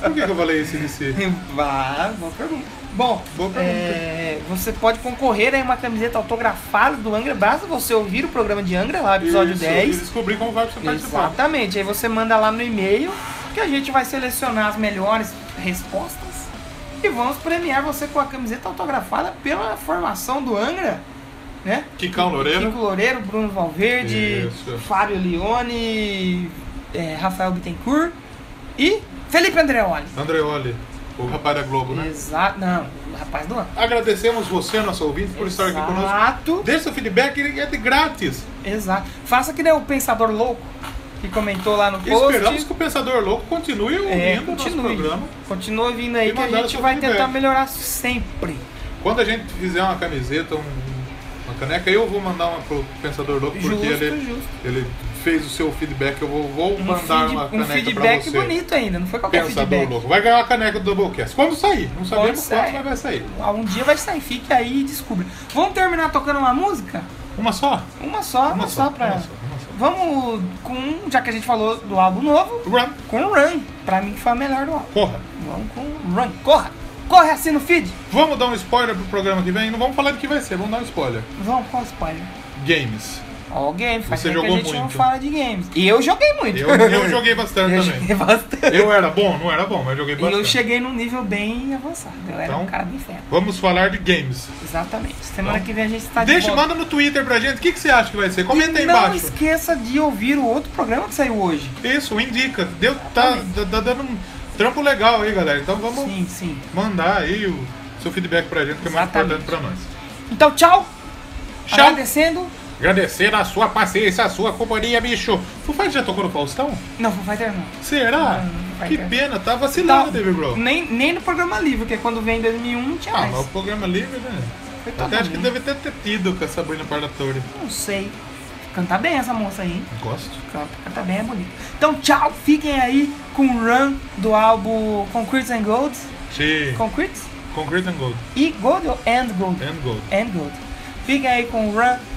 Speaker 2: por que, que eu falei ACDC?
Speaker 1: Vá, boa pergunta. Bom,
Speaker 2: Boa pergunta.
Speaker 1: é, você pode concorrer a uma camiseta autografada do Angra. Basta você ouvir o programa de Angra lá, episódio
Speaker 2: Isso, E
Speaker 1: 10.
Speaker 2: descobri como vai pra você participar.
Speaker 1: Exatamente. Aí você manda lá no e-mail que a gente vai selecionar as melhores respostas e vamos premiar você com a camiseta autografada pela formação do Angra, né?
Speaker 2: Kikão Loureiro.
Speaker 1: Kiko Loureiro, Bruno Valverde,
Speaker 2: Isso.
Speaker 1: Fábio Leone, é, Rafael Bittencourt e Felipe Andreoli.
Speaker 2: Andreoli, o rapaz da Globo, né?
Speaker 1: Exato. Não, o rapaz do ano.
Speaker 2: Agradecemos você, nosso ouvinte, por estar aqui conosco.
Speaker 1: Exato.
Speaker 2: Dê seu feedback, ele é de grátis.
Speaker 1: Exato. Faça que nem o pensador louco que comentou lá no
Speaker 2: E
Speaker 1: post.
Speaker 2: Esperamos que o Pensador Louco continue ouvindo
Speaker 1: É,
Speaker 2: o nosso programa.
Speaker 1: Continua vindo
Speaker 2: E
Speaker 1: aí que a
Speaker 2: mandaram
Speaker 1: gente
Speaker 2: seu
Speaker 1: vai
Speaker 2: feedback.
Speaker 1: tentar melhorar sempre.
Speaker 2: Quando a gente fizer uma camiseta, um- uma caneca, eu vou mandar uma pro Pensador Louco,
Speaker 1: Justo,
Speaker 2: porque ele,
Speaker 1: justo.
Speaker 2: ele fez o seu feedback. Eu vou, vou
Speaker 1: Um,
Speaker 2: mandar
Speaker 1: feed-
Speaker 2: uma
Speaker 1: um
Speaker 2: caneca pra
Speaker 1: feedback
Speaker 2: você.
Speaker 1: bonito ainda, não foi qualquer
Speaker 2: Pensador
Speaker 1: feedback.
Speaker 2: Louco. Vai ganhar uma caneca do Doublecast. Quando sair, não sabemos
Speaker 1: sair.
Speaker 2: quando, mas vai sair.
Speaker 1: Ah, Um dia vai sair, fique aí e descubra. Vamos terminar tocando uma música?
Speaker 2: Uma só?
Speaker 1: Uma só, uma, só, pra.
Speaker 2: Uma só, uma só.
Speaker 1: vamos com, já que a gente falou do álbum novo,
Speaker 2: Run.
Speaker 1: com Run. Pra mim que foi a melhor do álbum.
Speaker 2: Porra.
Speaker 1: Vamos com Run. Corra! Corre assim no feed!
Speaker 2: Vamos dar um spoiler pro programa que vem? Não vamos falar do que vai ser, vamos dar um spoiler.
Speaker 1: Vamos com spoiler.
Speaker 2: Games.
Speaker 1: Ó, o game, faz
Speaker 2: Você
Speaker 1: tempo que a
Speaker 2: jogou
Speaker 1: gente não
Speaker 2: muito.
Speaker 1: fala de games. E eu joguei muito.
Speaker 2: Eu, eu joguei bastante
Speaker 1: Eu
Speaker 2: também.
Speaker 1: joguei bastante.
Speaker 2: Eu era bom? Não era bom, mas joguei
Speaker 1: E eu
Speaker 2: bastante.
Speaker 1: cheguei num nível bem avançado. Eu era
Speaker 2: Então-
Speaker 1: um cara bem fera.
Speaker 2: Vamos falar de games.
Speaker 1: Exatamente. Semana que vem a gente tá de
Speaker 2: Então? Deixa,
Speaker 1: volta.
Speaker 2: manda no Twitter pra gente. O que, que você acha que vai ser?
Speaker 1: e
Speaker 2: Comenta aí
Speaker 1: não
Speaker 2: embaixo.
Speaker 1: esqueça de ouvir o outro programa que saiu hoje.
Speaker 2: Isso, indica. Deu, tá, tá dando um trampo legal aí, galera. Então vamos
Speaker 1: Sim, sim.
Speaker 2: mandar aí o seu feedback pra gente, que é mais
Speaker 1: Exatamente.
Speaker 2: importante pra nós.
Speaker 1: Então, tchau.
Speaker 2: Tchau.
Speaker 1: Agradecendo.
Speaker 2: Agradecer a sua paciência, a sua companhia, bicho. O Fábio já tocou no Faustão?
Speaker 1: Não, Foo Fighters não.
Speaker 2: Será?
Speaker 1: Não, Hum, vai
Speaker 2: que
Speaker 1: ter. Hum,
Speaker 2: pena, tá vacilando,
Speaker 1: Não,
Speaker 2: David Bro.
Speaker 1: Nem, nem no programa livre, porque quando vem em 2001 não um, tinha
Speaker 2: Ah,
Speaker 1: mais.
Speaker 2: mas o programa livre, né?
Speaker 1: Foi todo
Speaker 2: Até acho que
Speaker 1: mundo.
Speaker 2: deve até ter tido com a Sabrina Pardatore.
Speaker 1: Não sei. Canta bem essa moça aí, hein?
Speaker 2: Gosto.
Speaker 1: Canta, canta bem, é bonito. Então, tchau. Fiquem aí com o Run do álbum Concrete and Gold.
Speaker 2: Sim.
Speaker 1: Concrete
Speaker 2: Concrete and Gold.
Speaker 1: e Gold ou And Gold?
Speaker 2: And Gold.
Speaker 1: And Gold. Fiquem aí com o Run